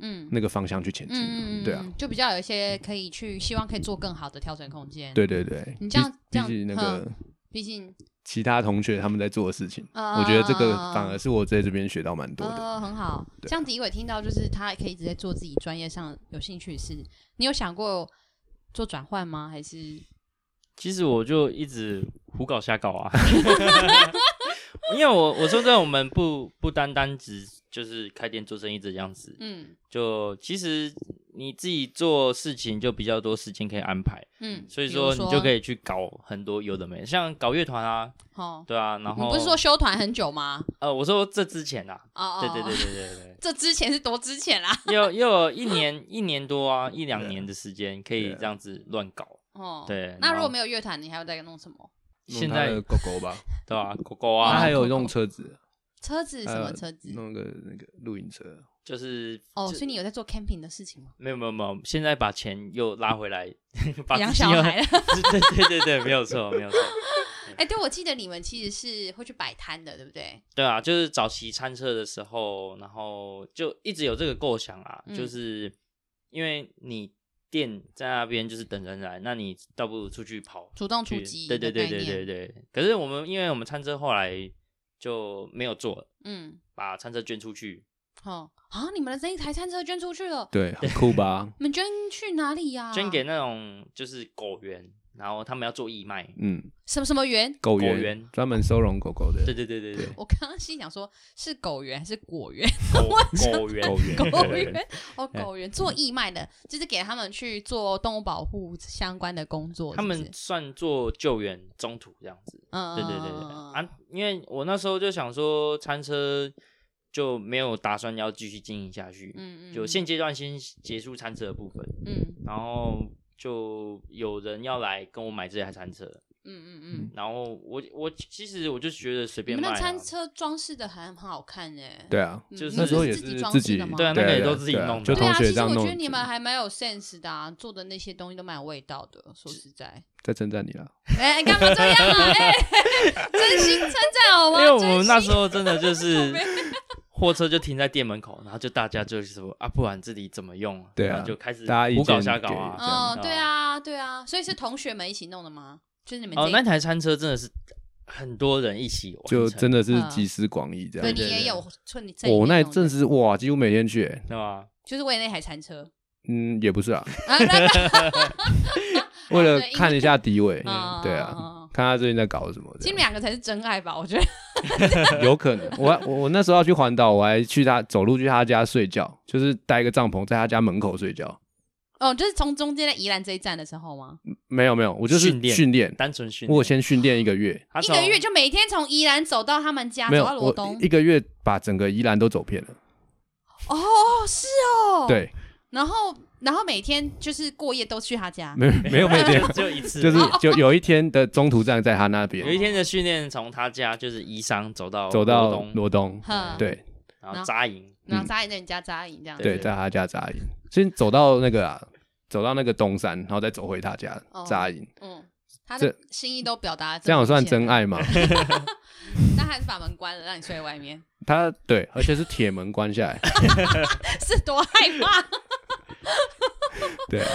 嗯，那个方向去前进。嗯，对啊，嗯，就比较有一些可以去，希望可以做更好的调整空间。，对对对，你这样这样嗯比比起那个哼毕竟其他同学他们在做的事情，啊我觉得这个反而是我在这边学到蛮多的。呃很好，对这样迪伟听到就是他可以直接做自己专业上有兴趣的事。你有想过做转换吗？还是其实我就一直胡搞瞎搞 *laughs* 啊，因为我我说真的，我们不不单单只就是开店做生意这样子，嗯就其实你自己做事情就比较多时间可以安排，嗯，所以比如说说你就可以去搞很多有的没的，像搞乐团啊，哦。对啊，然你后不是说休团很久吗？呃，我说这之前啊，哦哦，对对对哦，对对对。这之前是多之前啦。又又有一年一年多啊，一两年的时间可啊以这样子乱搞，哦，对那然如果后没有乐团，你还要再弄什么？弄现他在的狗狗吧，对吧、狗狗 *laughs* 他啊，还有用车子，车子什么呃车子？弄个那个露营车，就是哦，就所以你有在做 camping 的事情吗？没有没有没有，现在把钱又拉回来， *laughs* 把养自己小又 *laughs* 孩，了。对对对对，没有错没有错，哎，对，我记得你们其实是会去摆摊的，对不对？对啊，就是早期参测的时候，然后就一直有这个构想啊，嗯就是因为你店在那边就是等人来，那你倒不如出去跑主动出去，击，对对对对对，对。可是我们因为我们参测后来就没有做了。嗯，把餐车捐出去，好啊，你们的这一台餐车捐出去了，对，很酷吧？你们捐去哪里呀、啊捐给那种就是狗园，然后他们要做义卖。嗯，什么什么园？狗狗园园专门收容狗狗的对对对对对，我刚刚心想说，是狗园还是果园？ *laughs* *laughs* 狗狗园，狗园狗 *laughs* 园哦，狗园做义卖的，就是给他们去做动物保护相关的工作。他是不们是算做救援中途这样子。嗯，对对对嗯对嗯嗯嗯啊！因为我那时候就想说，餐车就没有打算要继续经营下去，嗯嗯，就现阶段先结束餐车的部分，嗯然后就有人要来跟我买这台餐车，嗯嗯。然后我我其实我就觉得随你便们卖、的啊，餐车装饰的还很好看哎，对啊，嗯就你是那时候是也自己是装自饰己的吗对啊那个也都自己对啊弄的就对同啊，其学这实样我弄觉得。你们还蛮有 sense 的啊，做的那些东西都蛮有味道的。说实在，在称赞你了，哎、干嘛这样 *laughs* 啊？哎、真心称赞好因吗？为我们那时候候 *laughs* 真的就是靠货车就停在店门口，然后就大家就是说啊，不然自己怎么用？对啊然后就开始大家意胡搞见瞎搞给啊。嗯，这样对啊，对啊，所以是同学们一起弄的吗？就是你们哦，这一那台餐车真的是很多人一起完成，就真的是嗯集思广益这对样你子。也有趁你这一我年那弄的阵子是哇，几乎每天去，欸对吧？就是为了那台餐车 *laughs* 嗯，也不是啊，啊，那为哦对因了为看一下迪伟，嗯对嗯嗯啊嗯，看他最近在搞什么其这实你样。们两个才是真爱吧？我觉得有可能，我还我我那时候要去环岛，我还去他走路去他家睡觉，就是搭一个帐篷在他家门口睡觉。哦，就是从中间在宜兰这一站的时候吗？没有没有，我就是训练训练，单纯训练我先训练一个月，他一从个月就每天从宜兰走到他们家，没走有到罗我东一个月把整个宜兰都走遍了。哦，是哦，，对，然后然后每天就是过夜都去他家，没没有每天，就就一次， *laughs* 就是哦就有一天的中途站在他那哦有一边，天的训练从他家就是宜商走到走罗到东罗东，哼，对嗯然后扎营，然后扎营在你家扎营这样，对，对在他家扎营，先走到那个啊，走到那个东山，然后再走回他家哦扎营，嗯，他的心意都表达，这样有算啊真？爱 *laughs* 吗？但还是把门关了，让你睡在外面，他对，而且是铁门关下 *laughs* 来，是多害 *laughs* 怕，对啊，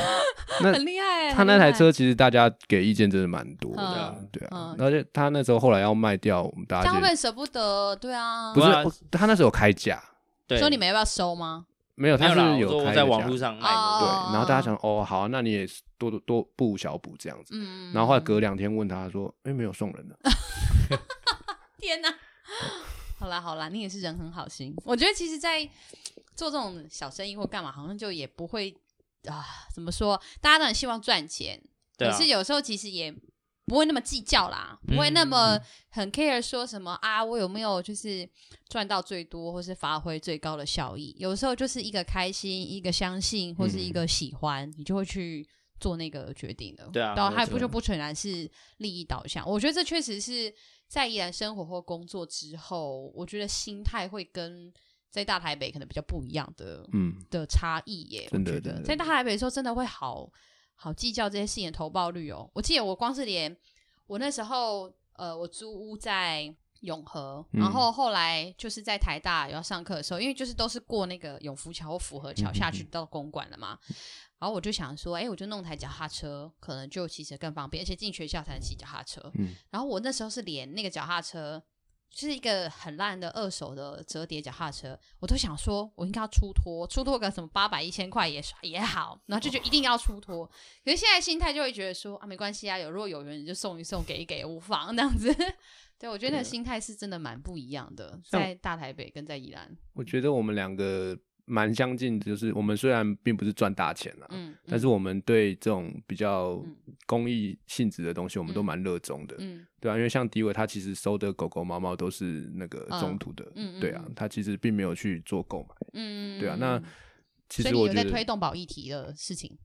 那很厉害。他那台车其实大家给意见真的蛮多的啊，嗯对啊嗯，而且他那时候后来要卖掉，我们大这样会家不就会舍不得？对啊，不是对啊我他那时候有开价，对，说你们要不要收吗？没有，没他有啦，是我说有我开在一个网价络上卖对，的，哦然后大家想哦好，那你也多多多不无小补这样子，嗯，然后后来隔两天问他说，哎没有送 *laughs* 人的，天哪！ *laughs* 好啦好啦，你也是人很好心。我觉得其实，在做这种小生意或干嘛，好像就也不会啊，怎么说？大家当然希望赚钱，对可啊是，有时候其实也不会那么计较啦，不会那嗯么嗯很 care 说什么啊，我有没有就是赚到最多，或是发挥最高的效益。有时候就是一个开心，一个相信，或是一嗯个喜欢，你就会去做那个决定的。对啊然后它没不错就不全然是利益导向。我觉得这确实是在宜兰生活或工作之后，我觉得心态会跟在大台北可能比较不一样的嗯，的差异耶。我真的觉真得的在大台北的时候，真的会好好计较这些事情的投报率哦。我记得我光是连我那时候呃，我租屋在永和，嗯然后后来就是在台大有要上课的时候，因为就是都是过那个永福桥或福和嗯桥下去到公馆了嘛。然后我就想说，哎，我就弄台脚踏车，可能就其实更方便，而且进学校才能骑脚踏车。嗯然后我那时候是连那个脚踏车，就是一个很烂的二手的折叠脚踏车，我都想说，我应该要出脱，出脱个什么八百一千块也是也好，然后就觉得一定要出脱。可是现在心态就会觉得说啊，没关系啊，有如果有人就送一送，给一给，无妨那样子。 *laughs* 对，我觉得那个心态是真的蛮不一样的，啊像在大台北跟在宜兰，我觉得我们两个蛮相近的，就是我们虽然并不是赚大钱啊，嗯，但是我们对这种比较嗯公益性质的东西，我们都嗯蛮热衷的，嗯对啊，因为像迪伟他其实收的狗狗、猫猫都是那个中途的，嗯嗯对啊嗯，他其实并没有去做购买，嗯，对啊，那其所以实你我有觉在推得，动保议题的事情，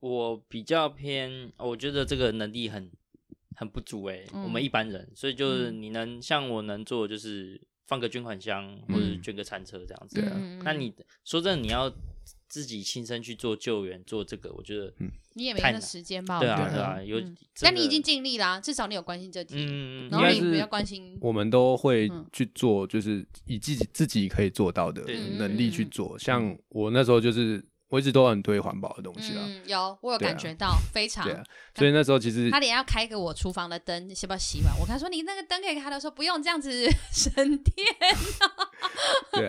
我比较偏，我觉得这个能力很很不足哎、嗯我们一般人，所以就是嗯你能、像我能做的就是放个捐款箱或者捐个餐车这样子。嗯对啊嗯那你说真的，你要自己亲身去做救援，做这个，我觉嗯得你也没太那难时间吧？对我啊觉得对啊，有哦嗯。真的但你已经尽力啦，至少你有关心这题。嗯，然应后该你是比较关心，我们都会嗯去做，就是以自己自己可以做到的对能力去做。像我那时候就是，我一直都很推环保的东西啊，嗯嗯，有我有对啊感觉到，非常对。啊，所以那时候其实他连要开给我厨房的灯，要不要洗碗？我跟他说你那个灯可以开，他说不用，这样子 *laughs* 省电。对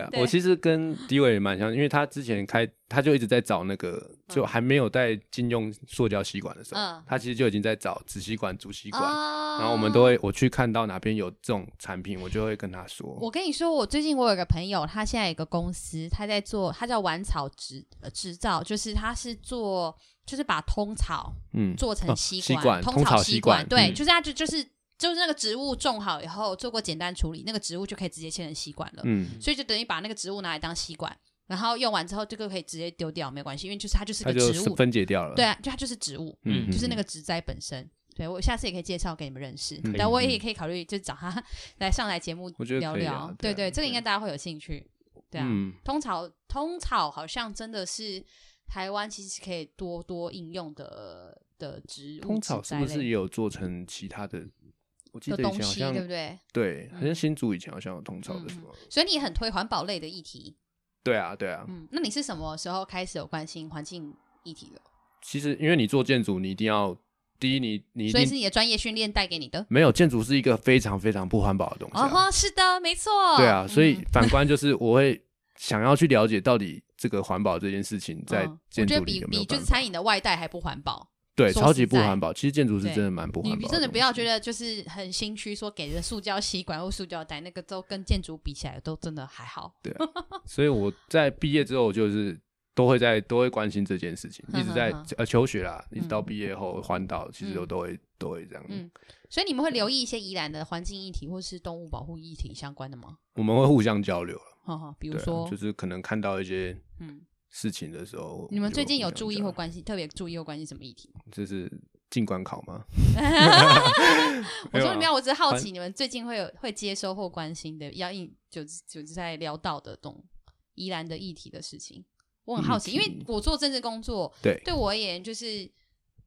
*laughs* 啊，对我其实跟迪伟也蛮像，因为他之前开，他就一直在找那个，就还没有在禁用塑胶吸管的时候，嗯他其实就已经在找纸吸管、竹吸管。啊然后我们都会，我去看到哪边有这种产品，我就会跟他说我。跟你说，我最近我有个朋友，他现在有个公司，他在做，他叫玩草植呃制造，就是他是做，就是把通草嗯，做成哦吸吸管，管通通草草吸吸管，管对，嗯就是它就就是就是那个植物种好以后，做过简单处理，那个植物就可以直接切成吸管了。嗯，所以就等于把那个植物拿来当吸管，然后用完之后这个可以直接丢掉，没有关系，因为就是它就是他个就植是物，分解掉了。对、啊，就它就是植物，嗯，嗯，就是那嗯个植栽本身。对我下次也可以介绍给你们认识，嗯但我也可以考虑就找他来上来节目我觉得聊可以啊聊。对啊对，这个对应该大家会有兴趣。对啊，嗯，通草通草好像真的是台湾其实可以多多应用的的植物。通草植是栽不是类也有做成其他的？我记的得以东前好西，像对不对？对嗯好像新竹以前好像有通草嗯的什嗯么？所以你很推环保类的议题。对啊，对啊。嗯，那你是什么时候开始有关心环境议题的？其实因为你做建筑，你一定要第一，你你一所以是定你的专业训练带给你的。没有建筑是一个非常非常不环保的东西哦啊。吼，是的，没错。对啊，所以嗯反观就是我会想要去了解到底这个环保这件事情在嗯建我觉筑得里比有没有比就办是法？餐饮的外带还不环保。对，说超实级不在环保。其实建筑是对真的蛮不环保你东西。真的不要觉得就是很心虚，说给的塑胶吸管或塑胶袋那个都跟建筑比起来都真的还好。所以我在毕业之后，就是都会在都会关心这件事情，嗯一直在哼哼呃求学啦，一直到嗯毕业后环岛，其实嗯我都会都会这样。嗯所以你们会留意一些宜兰的环境议题或是动物保护议题相关的吗？我们会互相交流啦，哈哈，比如对啊，说，就是可能看到一些嗯，事情的时候，你们就最近有互相注意交或流关心，特别注意或关心什么议题？就是进关 *laughs* 考吗？啊我说你们没要，有啊我只是好环奇你们最近会有会接收或关心的，要应就是就是在聊到的动宜兰的议题的事情，我很好奇，议因题为我做政治工作，对对我而言，就是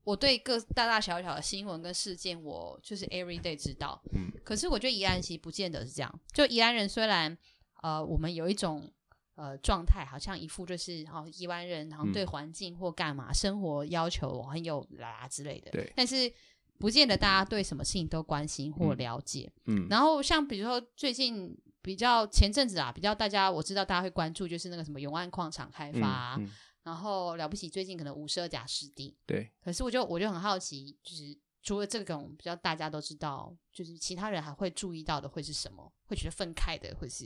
我对各大大小小的新闻跟事件，我就是 every day 知道。嗯可是我觉得宜兰其实不见得是这样。就宜兰人虽然呃，我们有一种呃状态，好像一副就是哦，宜兰人好像嗯对环境或干嘛、生活要求很有啦啦之类的。对但是不见得大家对什么事情都关心或了解。嗯，然后像比如说最近比较前阵子啊，比较大家我知道大家会关注就是那个什么永安矿场开发、啊嗯嗯然后了不起最近可能五十二甲湿地，对，可是我就我就很好奇，就是除了这种比较大家都知道，就是其他人还会注意到的会是什么？会觉得愤慨的，会是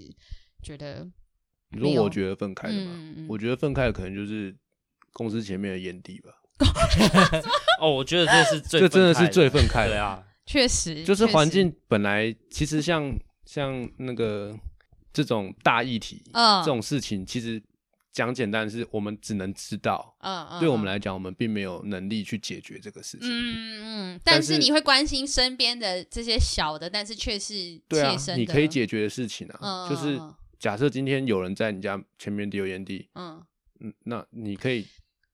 觉得你没说有我觉得愤慨的嘛，嗯嗯我觉得愤慨的可能就是公司前面的烟蒂吧，哦，我觉得这是最这真的愤是慨最愤慨对的，啊，确实就是环，嗯确实境本来其实像像那个这种大议题，嗯这种事情其实讲简单是我们只能知道，嗯嗯，对我们嗯。来讲，我们并没有能力去解决这个事嗯情。嗯嗯，但但是是你会关心身边的这些小的，但是却是对啊切身的，，你可以解决的事情嗯啊，就是嗯嗯假设今天有人在你家前面丢烟蒂，嗯，嗯，那你可以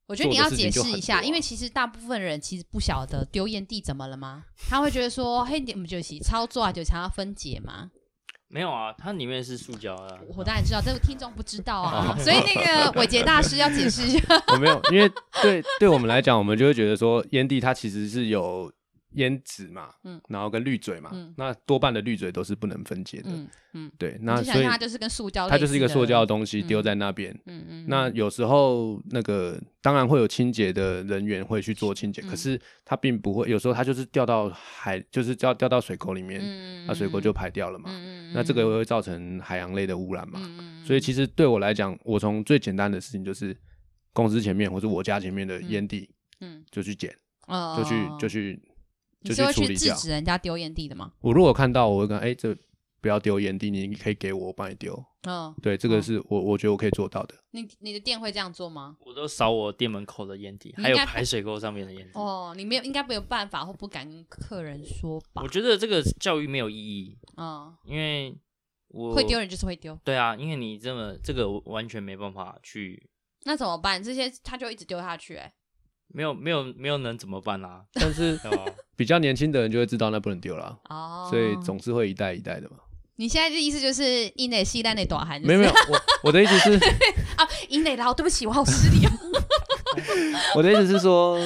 我觉得你要解释一做的事情就下，很多啊因为其实大部分人其实不晓得丢烟蒂怎么了吗？他会觉得说，嘿，你们就是操作啊，就想要分解嘛。没有啊，它里面是塑胶的啊，我当然知道，这个听众不知道啊，哦所以那 *laughs* 个伟杰大师要解释一下。我哦没有，因为对对我们来讲，我们就会觉得说烟蒂它其实是有烟脂嘛，嗯然后跟滤嘴嘛，嗯那多半的滤嘴都是不能分解的，嗯嗯，对，你那就想所以象它就是跟塑胶，它就是一个塑胶的的，东西丢在那边。嗯嗯，那有时候那个当然会有清洁的人员会去做清洁，嗯可是它并不会，有时候它就是掉到海，就是掉掉到水沟里面，嗯那水沟就排掉了嘛。嗯嗯，那这个会造成海洋类的污染嘛？嗯，所以其实对我来讲，我从最简单的事情就是公司前面或者我家前面的烟蒂，嗯就去捡，嗯就去就去你就是会处去理制掉。止人家丢烟蒂的吗？我如果看到，我会跟哎、这不要丢烟蒂，你可以给我，我帮你丢。嗯，对，这哦个是我我觉得我可以做到的。你你的店会这样做吗？我都扫我店门口的烟蒂，你应该还有排水沟上面的烟蒂。哦，你没有，应该没有办法或不敢跟客人说吧我？觉得这个教育没有意义，嗯，因为我会丢人就是会丢，对啊，因为你这么这个我完全没办法去，那怎么办？这些他就一直丢下去、哎，没有没有没有能怎么办啊？但是对吧？比较年轻的人就会知道那不能丢啦，哦，所以总是会一代一代的嘛。你现在的意思就是因内西单内短寒，没有没有，我我的意思是，啊， *laughs* 因内老，对不起，我好失礼哦。我的意思是说，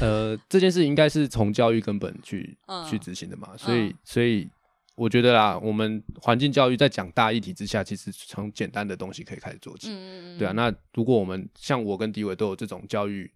呃，这件事应该是从教育根本去嗯 *laughs* 去执行的嘛，所以嗯所以我觉得啦，我们环境教育在讲大议题之下，其实从简单的东西可以开始做起。嗯嗯嗯，对啊，那如果我们像我跟迪伟都有这种教育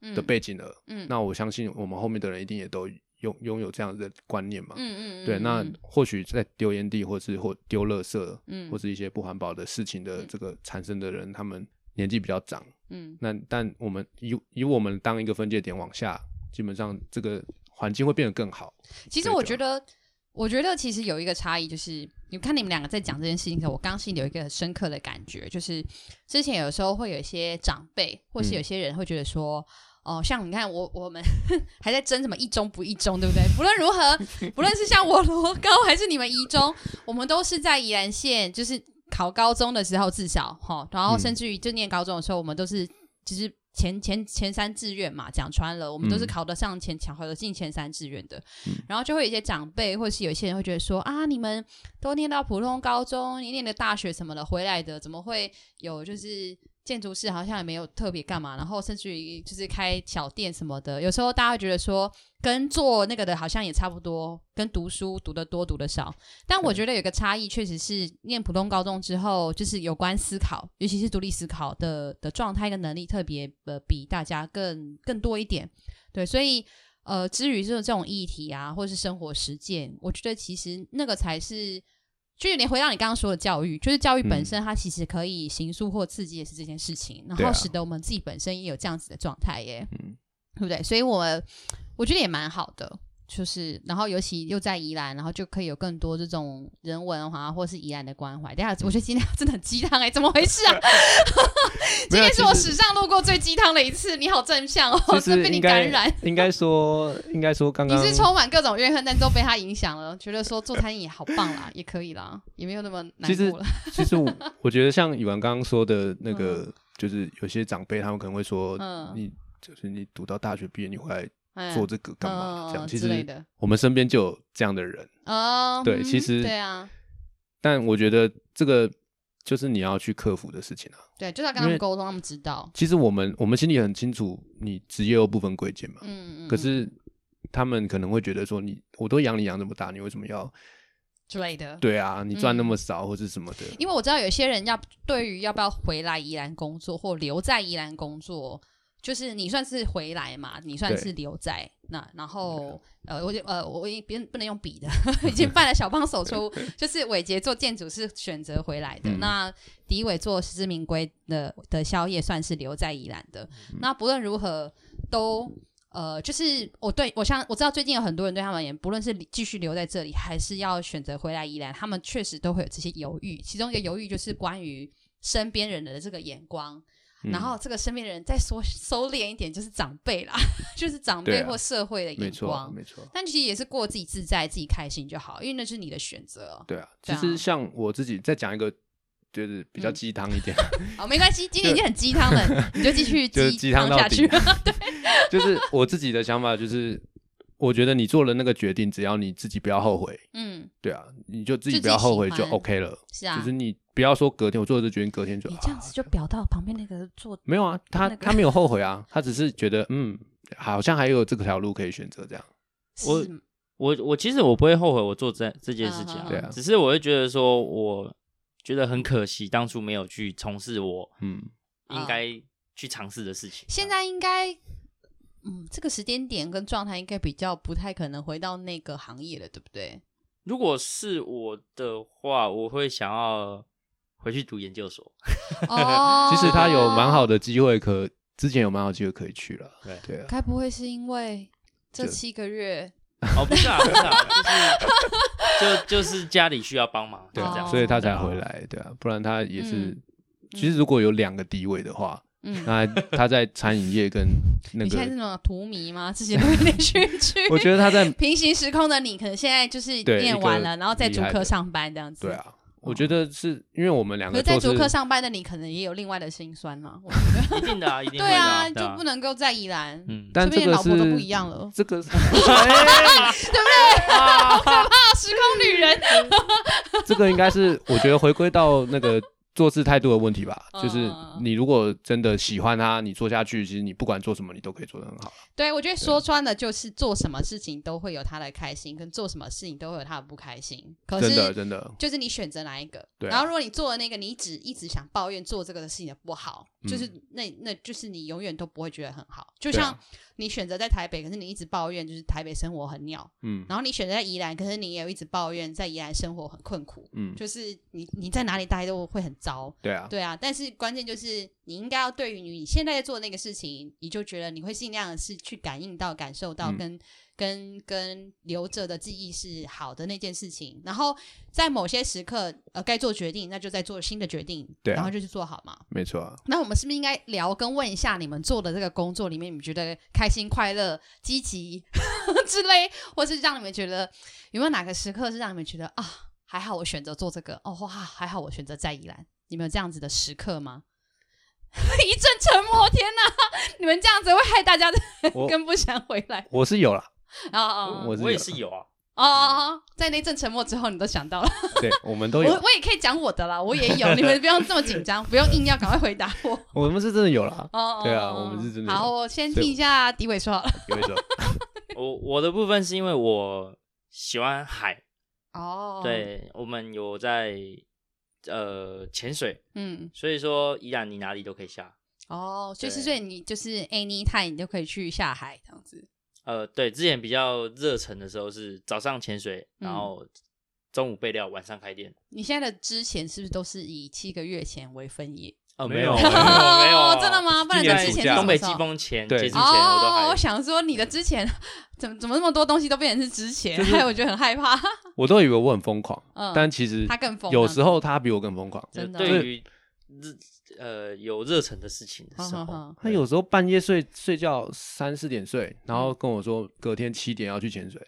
那的背景了，嗯那我相信我们后面的人一定也都拥拥有这样的观念嘛。嗯嗯嗯，对，啊那嗯或许在丢烟蒂，或是或丢垃圾，嗯或是一些不环保的事情的嗯这个产生的人，他们年纪比较长，嗯那但我们以以我们当一个分界点往下，基本上这个环境会变得更好。其实对我对觉得，我觉得其实有一个差异，就是你看你们两个在讲这件事情的时候，我刚心里有一个很深刻的感觉，就是之前有时候会有一些长辈或是有些人会觉得说，哦，像你看我我们 *laughs* 还在争什么一中不一中，对不对？不论如何，不论是像我罗高还是你们一中，我们都是在宜兰县，就是考高中的时候至少哈、齁然后甚至于就念高中的时候，我们都是就是前前前三志愿嘛，讲穿了，我们都是嗯考得上前考得进前三志愿的。然后就会有一些长辈或是有一些人会觉得说啊，你们都念到普通高中，你念的大学什么的回来的，怎么会有就是建筑师好像也没有特别干嘛，然后甚至于就是开小店什么的，有时候大家会觉得说跟做那个的好像也差不多，跟读书读得多读得少，但我觉得有个差异确实是念普通高中之后，就是有关思考，尤其是独立思考的的状态跟能力特别呃比大家更更多一点，对，所以呃，至于这种这种议题啊，或是生活实践，我觉得其实那个才是，就有点回到你刚刚说的教育，就是教育本身它其实可以形塑或刺激的是这件事情，然嗯对后啊使得我们自己本身也有这样子的状态耶，嗯对不对？所以我我觉得也蛮好的。就是，然后尤其又在宜兰，然后就可以有更多这种人文啊，或是宜兰的关怀。等一下，我嗯觉得今天真的很鸡汤哎、怎么回事 *laughs* 啊？ *laughs* 啊今天是我史上路过最鸡汤的一次，你好正向哦，其真实被你应感该染。应该说应该说刚你刚是充满各种怨恨，但都被他影响了，觉得说做餐饮也好棒啦，也可以啦，也没有那么难其实过了。其实我我觉得像宇文刚刚说的那个，就是有些长辈他们可能会说，嗯你就是你读到大学毕业，你回来哎做这个干嘛？这样嗯其之类实的，我们身边就有这样的人，哦，对嗯其实对啊，但我觉得这个就是你要去克服的事情啊。对，就是要跟他因们为沟通，让他们知道。其实我们我们心里很清楚，你职业有部分贵贱嘛，嗯，嗯可嗯是他们可能会觉得说你，我都养你养这么大，你为什么要？之类的，对啊，你赚那嗯么少或是什么的，因为我知道有些人要对于要不要回来宜兰工作或留在宜兰工作，就是你算是回来嘛，你算对是留在那，然后呃，我就呃，我已别不能用比的， *laughs* 已 *laughs* 经犯了小帮手错误，就是伟杰做建筑是选择回来的，嗯那迪伟做实至名归的的宵夜算是留在宜兰的，嗯那不论如何都。呃，就是我对我像我知道最近有很多人对他们而言，不论是继续留在这里，还是要选择回来宜兰，他们确实都会有这些犹豫。其中一个犹豫就是关于身边人的这个眼光，嗯然后这个身边的人再说收敛一点，就是长辈啦， *laughs* 就是长对辈啊或社会的没眼错啊，光。没错啊。但其实也是过自己自在、自己开心就好，因为那是你的选择。对啊，对其啊实像我自己再讲一个，就是比较嗯鸡汤一点， *laughs* 好，没关系，今天已经很鸡汤了，你就继续就是鸡鸡汤到下底。去。*laughs* 就是我自己的想法，就是我觉得你做了那个决定，只要你自己不要后悔，嗯，对啊，你就就自自己己不要后悔喜就欢 OK 了。是啊，就是你不要说隔天我做了这决定，隔天就你这样啊子就表到旁边那个做没有啊，他那个他没有后悔啊，他只是觉得嗯，好像还有这条路可以选择这样。我是我我其实我不会后悔我做这这件事情嗯啊，哼对啊只是我会觉得说，我觉得很可惜，当初没有去从事我嗯，应该去尝试的事情。啊现在应该，嗯，这个时间点跟状态应该比较不太可能回到那个行业了，对不 *laughs* 对？如果是我的话，我会想要回去读研究所。哦，其实他有蛮，好的机会可，之前有蛮好的机会可以去了。对对啊，该不会是因为这这七个月？哦，不是啊，不是啊，就是就就是家里需要帮忙，对就哦这样啊，子，所以他才回来。对啊，不然他也是嗯。其实如果有两个地位的话，嗯，那他在餐饮业 *laughs* 跟那你现在是个，那种荼蘼吗？自己都有点去去。 *laughs* 我觉得他在 *laughs* 平行时空的你，可能现在就是对念一个完了，然后在厉竹害科的上班这样子。对。啊，我觉得是因为我们两哦可个是，在都竹科是上班的你，可能也有另外的辛酸了。我一定的啊，一定会对的啊，啊，就不能能够在宜兰，嗯，说但不这定个老婆是嗯都不一样了。这个是啊时空旅人，这个应该是我觉得回归到那个做事态度的问题 *laughs* 吧，嗯就是你如果真的喜欢他，你做下去，其实你不管做什么，你都可以做得很好。 *laughs* 对，我觉得说穿了就是做什么事情都会有他的开心，跟做什么事情都会有他的不开心。可真的是真的，就是你选择哪一个，对啊然后如果你做的那个，你只一直想抱怨做这个的事情的不好，嗯就是那那就是你永远都不会觉得很好。就对啊像你选择在台北，可是你一直抱怨就是台北生活很鸟，嗯然后你选择在宜兰，可是你也有一直抱怨在宜兰生活很困苦。嗯，就是你你在哪里待都会很糟。对啊，对啊，但是关键就是你应该要对于你现在在做的那个事情，你就觉得你会尽量的是去感应到、感受到嗯跟、跟跟留着的记忆是好的那件事情。然后在某些时刻，呃，该做决定，那就再做新的决定，对啊然后就去做好嘛。没错啊。那我们是不是应该聊跟问一下你们做的这个工作里面，你们觉得开心、快乐、积极 *laughs* 之类，或是让你们觉得有没有哪个时刻是让你们觉得啊，还好我选择做这个，哦哇，还好我选择在宜兰，你们有这样子的时刻吗？ *laughs* 一阵沉默，天哪！你们这样子会害大家的 *laughs* 我跟不想回来我是有啦，啊啊我是我也有是有啊，啊啊！哦在那阵沉默之后，你都想到了，对，我们都我有， *laughs* 我也可以讲我的啦，我也有，你们不用这么紧张，不用硬要赶快回答我。我们是真的有啦。哦，对啊哦我们是真的好，有我先所以听一下迪伟说好了。有一种，我我的部分是因为我喜欢海， *laughs* 哦，，对我们有在呃潜水，嗯，所以说依然你哪里都可以下。哦，所以是对所以你就是 anytime 你都可以去下海这样子。呃，对，之前比较热忱的时候是早上潜水，嗯然后中午备料，晚上开店。你现在的之前是不是都是以七个月前为分野？哦，没有，有没有，没有，哦啊真的？吗？不然今你年的之暑前是假什东北么时季候？风前、对接之前我都哦，还我想说你的之前怎么怎么那么多东西都变成是之前，害 *laughs* 我觉得很害怕。我都以为我很疯狂，嗯，但其实他更疯，有时候他比我更疯狂。就真的对于热呃有热忱的事情的好时好候，好，他有时候半夜睡睡觉三四点睡，然嗯后跟我说隔天七点要去潜水，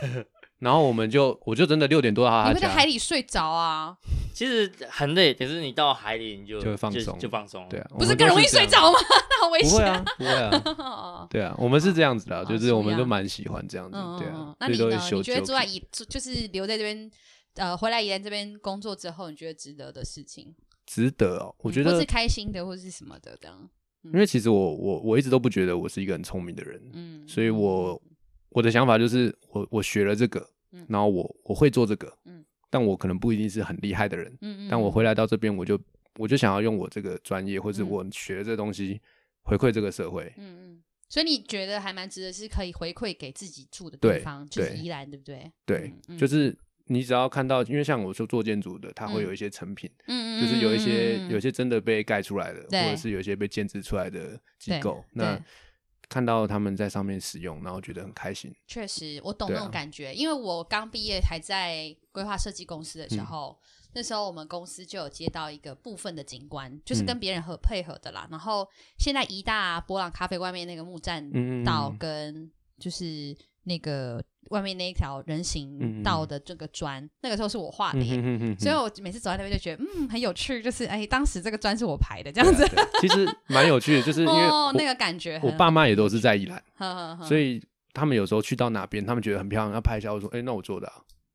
*laughs* 然后我们就我就真的六点多到你他会在海家，里睡着啊？其实很累，可是你到海里你就就会放松就放松了。对啊，不我是们更都容易这 *laughs* 睡样？着吗？那好危不会险。啊，不会啊，哦对啊，我们是这样子的啊，就 *laughs* 哦是是我们呀都蛮喜欢这样子，嗯，对嗯啊嗯，那所以你都会呢？你修觉得纠住在结。宜，住就是留在这边，呃，回来宜兰这边工作之后，你觉得值得的事情，值得哦，我嗯觉或得是，开心的，或是什么的，这样，因为其实我我我一直都不觉得我是一个很聪明的人，嗯，所以我我的想法就是我我学了这个嗯，然后我我会做这个嗯，但我可能不一定是很厉害的人，嗯，嗯嗯，但我回来到这边，我就我就想要用我这个专业或者我学的这东西回馈这个社会。嗯嗯，所以你觉得还蛮值得，是可以回馈给自己住的地对方，就是对宜兰，对不对？对嗯，就嗯是你只要看到，因为像我说做建筑的，它会嗯有一些成品，嗯嗯，就是有一些嗯嗯嗯有一些真的被盖出来的，对或者是有一些被建制出来的机对构，那对看到他们在上面使用，然后觉得很开心。确实，我懂对那啊种感觉，因为我刚毕业还在规划设计公司的嗯时候，那时候我们公司就有接到一个部分的景观，嗯就是跟别人合配合的啦。然后现在宜大啊博朗咖啡外面那个木栈嗯嗯嗯道跟就是那个外面那一条人嗯行嗯道的这个砖，那个时候是我画的耶。嗯哼所以我每次走在那边就觉得，嗯，很有趣，就是哎，当时这个砖是我排的，这样子，对啊对其实蛮有趣的，就是因为哦，我那个感觉很，嗯我爸妈也都是在宜兰，呵呵呵，所以他们有时候去到哪边，他们觉得很漂亮，要拍一下，我说：“哎，那我做的啊。”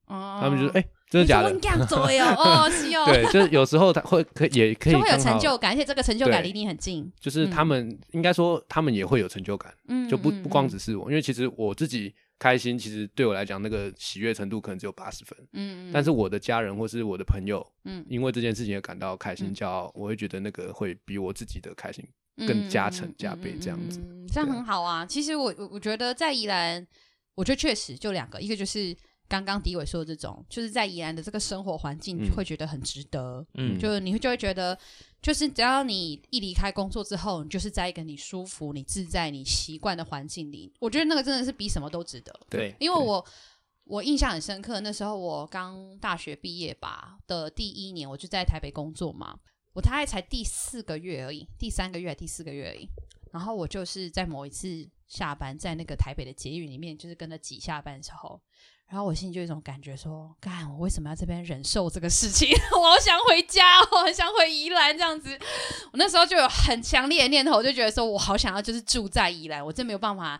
他他们就说：“哎，真的假的？”哦你这样做哟，哦，是哦，对，就是有时候他会可以 *laughs* 也可以就会有刚好成就感，而且这个成就感对离你很近，就是他们、应该说他们也会有成就感，嗯，就不嗯不光，只是我，因为其实我自己开心，其实对我来讲那个喜悦程度可能只有八十分，嗯嗯，但是我的家人或是我的朋友嗯因为这件事情而感到开嗯心骄傲，我会觉得那个会比我自己的开心。嗯更加成加倍这样子嗯嗯嗯嗯这样对啊很好啊。其实我我我觉得在宜兰，我觉得确实就两个，一个就是刚刚迪伟说的这种，就是在宜兰的这个生活环境嗯会觉得很值得，嗯，就是你会就会觉得，就是只要你一离开工作之后，你就是在一个你舒服、你自在、你习惯的环境里，我觉得那个真的是比什么都值得。对，因为我我印象很深刻，那时候我刚大学毕业吧的第一年，我就在台北工作嘛，我大概才第四个月而已，第三个月、第四个月而已。然后我就是在某一次下班，在那个台北的捷运里面，就是跟着挤下班的时候，然后我心里就有一种感觉说，干，我为什么要这边忍受这个事情？ *laughs* 我好想回家哦，我很想回宜兰这样子。我那时候就有很强烈的念头，我就觉得说我好想要就是住在宜兰，我真没有办法，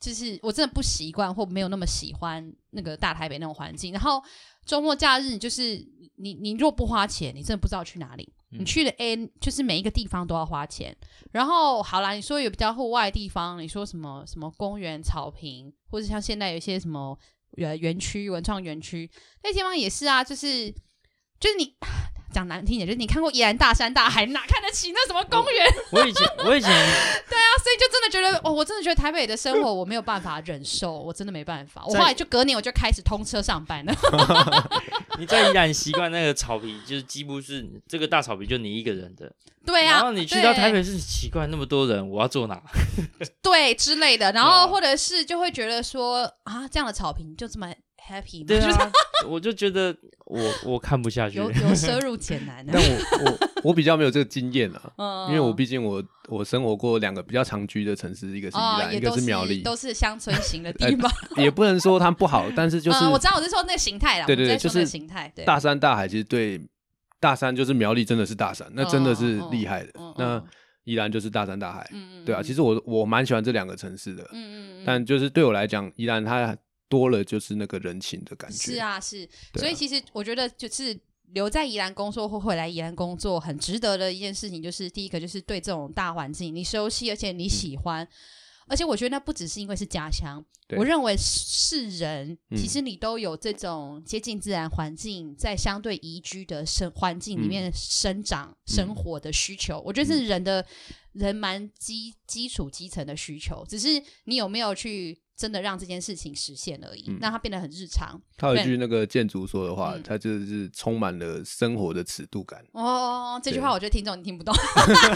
就是我真的不习惯或没有那么喜欢那个大台北那种环境。然后周末假日就是你你你若不花钱，你真的不知道去哪里。你去了 A，就是每一个地方都要花钱。然后好啦，你说有比较户外的地方，你说什么什么公园、草坪，或者像现在有一些什么呃园区、文创园区，那地方也是啊，就是就是你 *sighs* 讲难听一点，就是你看过野然大山大海，哪看得起那什么公园？我以前我以前所以就真的觉得，哦，我真的觉得台北的生活我没有办法忍受，我真的没办法。我后来就隔年我就开始通车上 *laughs* 班了。你在宜兰习惯那个草皮，就是几乎是这个大草皮就你一个人的，对啊，然后你去到对台北市，奇怪那么多人，我要 *laughs* 坐哪？对之类的，然后啊或者是就会觉得说啊，这样的草坪就这么 happy 吗？对就是啊， *laughs* 我就觉得我我看不下去由。由奢入俭难啊的 *laughs* 但。我我我比较没有这个经验啊，嗯因为我毕竟我我生活过两个比较长居的城市，一个是宜哦，兰，也一个都是苗栗，都是乡村型的地 *laughs* 方。也不能说它不好，但是就是嗯，我知道我是说那个形态啦，对对我对们在说那个就是形态，对，大山大海，其实对大山就是苗栗真的是大山，那真的是厉害的。哦哦哦哦那宜兰就是大山大海，嗯嗯，对啊。其实实我我蛮喜欢这两个城市的，嗯嗯嗯，但就是对我来讲，宜兰它多了就是那个人情的感觉。是，啊是，对啊所以其实我觉得就是。留在宜兰工作或回来宜兰工作，很值得的一件事情就是，第一个就是对这种大环境你熟悉，而且嗯你喜欢，而且我觉得那不只是因为是家乡，对我认为是人，嗯其实你都有这种接近自然环境，在相对宜居的生环境里嗯面生长、生活的需求，我觉得是人的、人蛮基基础基层的需求，只是你有没有去真的让这件事情实现而已，嗯让它变得很日常。它有一句那个建筑说的话嗯，它就是充满了生活的尺度感，哦，这句对话我觉得听众你听不懂，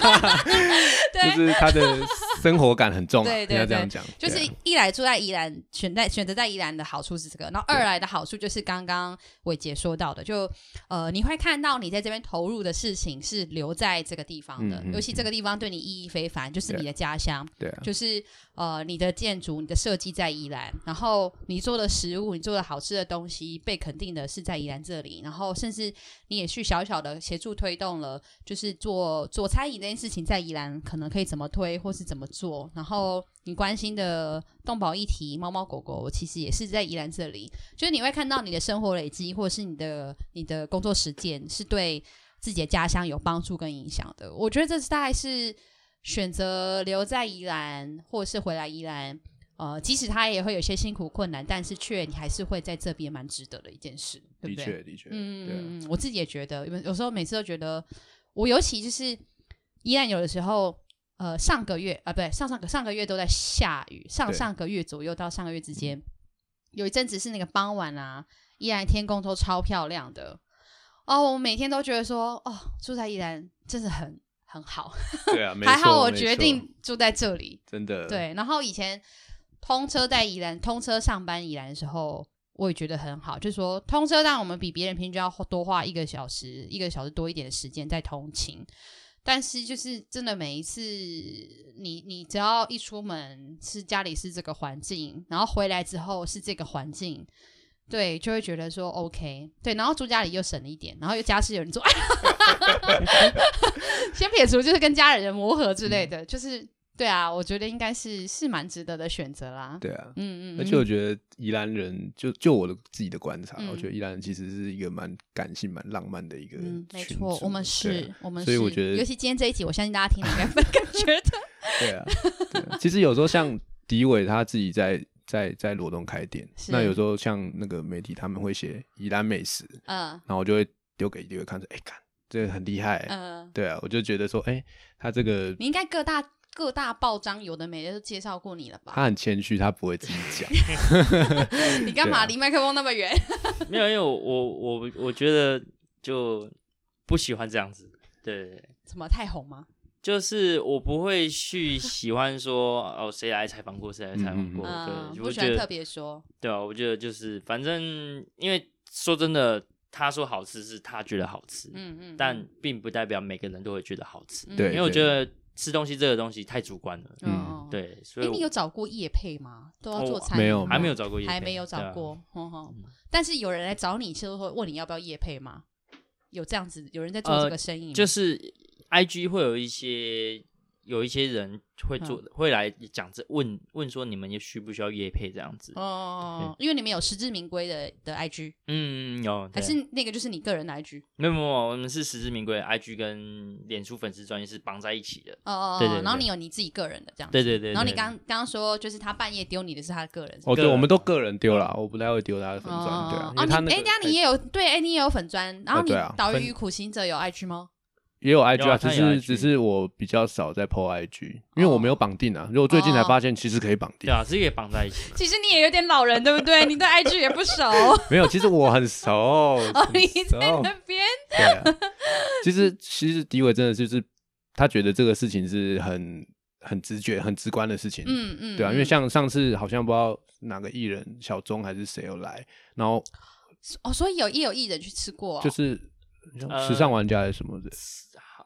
就 *laughs* 对，是它的生活感很重 *laughs* 啊。对对应该这样讲，就是对啊一来住在宜兰，选在选择在宜兰的好处是这个，然后二来的好处就是刚刚伟杰说到的，就呃你会看到你在这边投入的事情是留在这个地方的，嗯嗯尤其这个地方对你意义非凡，就是你的家乡，对啊，就是呃你的建筑、你的设计在宜兰，然后你做的食物、你做的好吃的东西被肯定的是在宜兰这里，然后甚至你也去小小的协助推动了，就是做做餐饮这件事情在宜兰可能可以怎么推或是怎么做，然后你关心的动保议题、猫猫狗狗，其实也是在宜兰这里，就是你会看到你的生活累积或者是你的你的工作实践是对自己的家乡有帮助跟影响的，我觉得这是大概是。选择留在宜兰，或是回来宜兰，呃，即使他也会有些辛苦困难，但是却你还是会在这边蛮值得的一件事，对不的对？确的确，嗯对啊。嗯，嗯我自己也觉得，有有时候每次都觉得，我尤其就是依然有的时候，呃，上个月啊，不对，上上个上个月都在下雨，上对嗯上个月左右到上个月之间，有一阵子是那个傍晚啊，依然天空都超漂亮的。哦，我每天都觉得说，哦，住在宜兰真的很很好，对啊，没还好错我没决错定住在这里。真的，对，然后以前通车在宜兰，通车上班宜兰的时候，我也觉得很好，就是说通车让我们比别人平均要花多花一个小时，一个小时多一点的时间在通勤。但是就是真的，每一次你你只要一出门是家里是这个环境，然后回来之后是这个环境，对，就会觉得说 OK，对，然后住家里又省了一点，然后又家事有人做， *laughs* 先撇除就是跟家人的磨合之类的，就是对啊，我觉得应该是是蛮值得的选择啦。对啊，嗯嗯，而且我觉得宜兰人，就就我的自己的观察，嗯我觉得宜兰人其实是一个蛮感性、蛮浪漫的一个群嗯族、，没错，我们对是啊，我们是，所以我觉得尤其今天这一集，我相信大家听了应该会 *laughs* 感觉 *laughs* 得，对啊，*laughs* 对啊其实有时候像迪伟他自己在在在罗东开店，是那有时候像那个媒体他们会写宜兰美食，嗯然后我就会丢给迪伟看着，哎、看这个很厉害、嗯，对啊，我就觉得说，哎、他这个你应该各大各大报章有的没的都介绍过你了吧？啊他很谦虚，他不会自己 *laughs* 讲，你干嘛对啊离麦克风那么远？ *laughs* 没有，因为我我我我觉得就不喜欢这样子，对对对。怎么太红吗？就是我不会去喜欢说哦，谁来采访过，谁来采访过，嗯，对，不我喜觉欢特得别说，对啊，我觉得就是反正因为说真的，他说好吃是他觉得好吃，嗯嗯，但并不代表每个人都会觉得好吃，嗯对因为我觉得吃东西这个东西太主观了，嗯，哎，对，所以你我有找过叶配吗？都要哦做餐没饮吗有还没有找过业配，还没有对找啊，过，哼哼。但是有人来找你，就是说问你要不要夜配吗？有这样子，有人在做呃这个生意吗、就是 I G 会有一些有一些人会做，嗯会来讲这问问说你们也需不需要夜配这样子。哦，因为你们有实至名归的的 IG，嗯，有还对是那个就是你个人的 IG？没有没有，我们是实至名归，IG 跟脸书粉丝专业是绑在一起的。哦哦，对对对然后你有你自己个人的这样子。对对对然后你对刚刚刚说，就是他半夜丢你的是他的个人哦，对，个我们都个人丢啦，我不太会丢他的粉哦砖，对啊，因哦，为你他那哎，个等下你也有对，哎，你也有粉砖，然后呃你对啊岛分屿与苦行者有 IG 吗？也有 IG 有啊啊，只他有是 IG 只是我比较少在 PO IG，因哦为我没有绑定啊。如果最近才发现，其实可以绑定对。啊，是也绑在一起。其实你也有点老人，对不 *laughs* 对？你对 IG 也不熟哦，没有，其实我很熟， *laughs* 很你在熟那边对啊，其实其实迪伟真的就是他觉得这个事情是很很直觉、很直观的事情。嗯嗯，对啊，因嗯为像上次好像不知道哪个艺人小钟还是谁有来，然后哦，所以有也有艺人去吃过哦，就是呃时尚玩家还是什么的，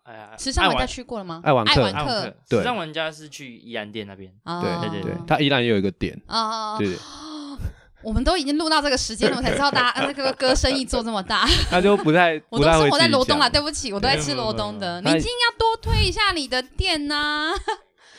哎呀， *laughs* 时尚爱玩家玩去过了吗？爱玩客爱玩客，对时尚玩家是去宜兰店那边。啊，对对对，他依然也有一个点，啊，对，我们都已经录到这个时间了，我才知道大家呃那个歌生意做这么大。他就不太 *laughs* 我不都太生会活自在己罗东啦，讲。对不起，我都在吃罗东的。你没一有没有没有定要多推一下你的店呐、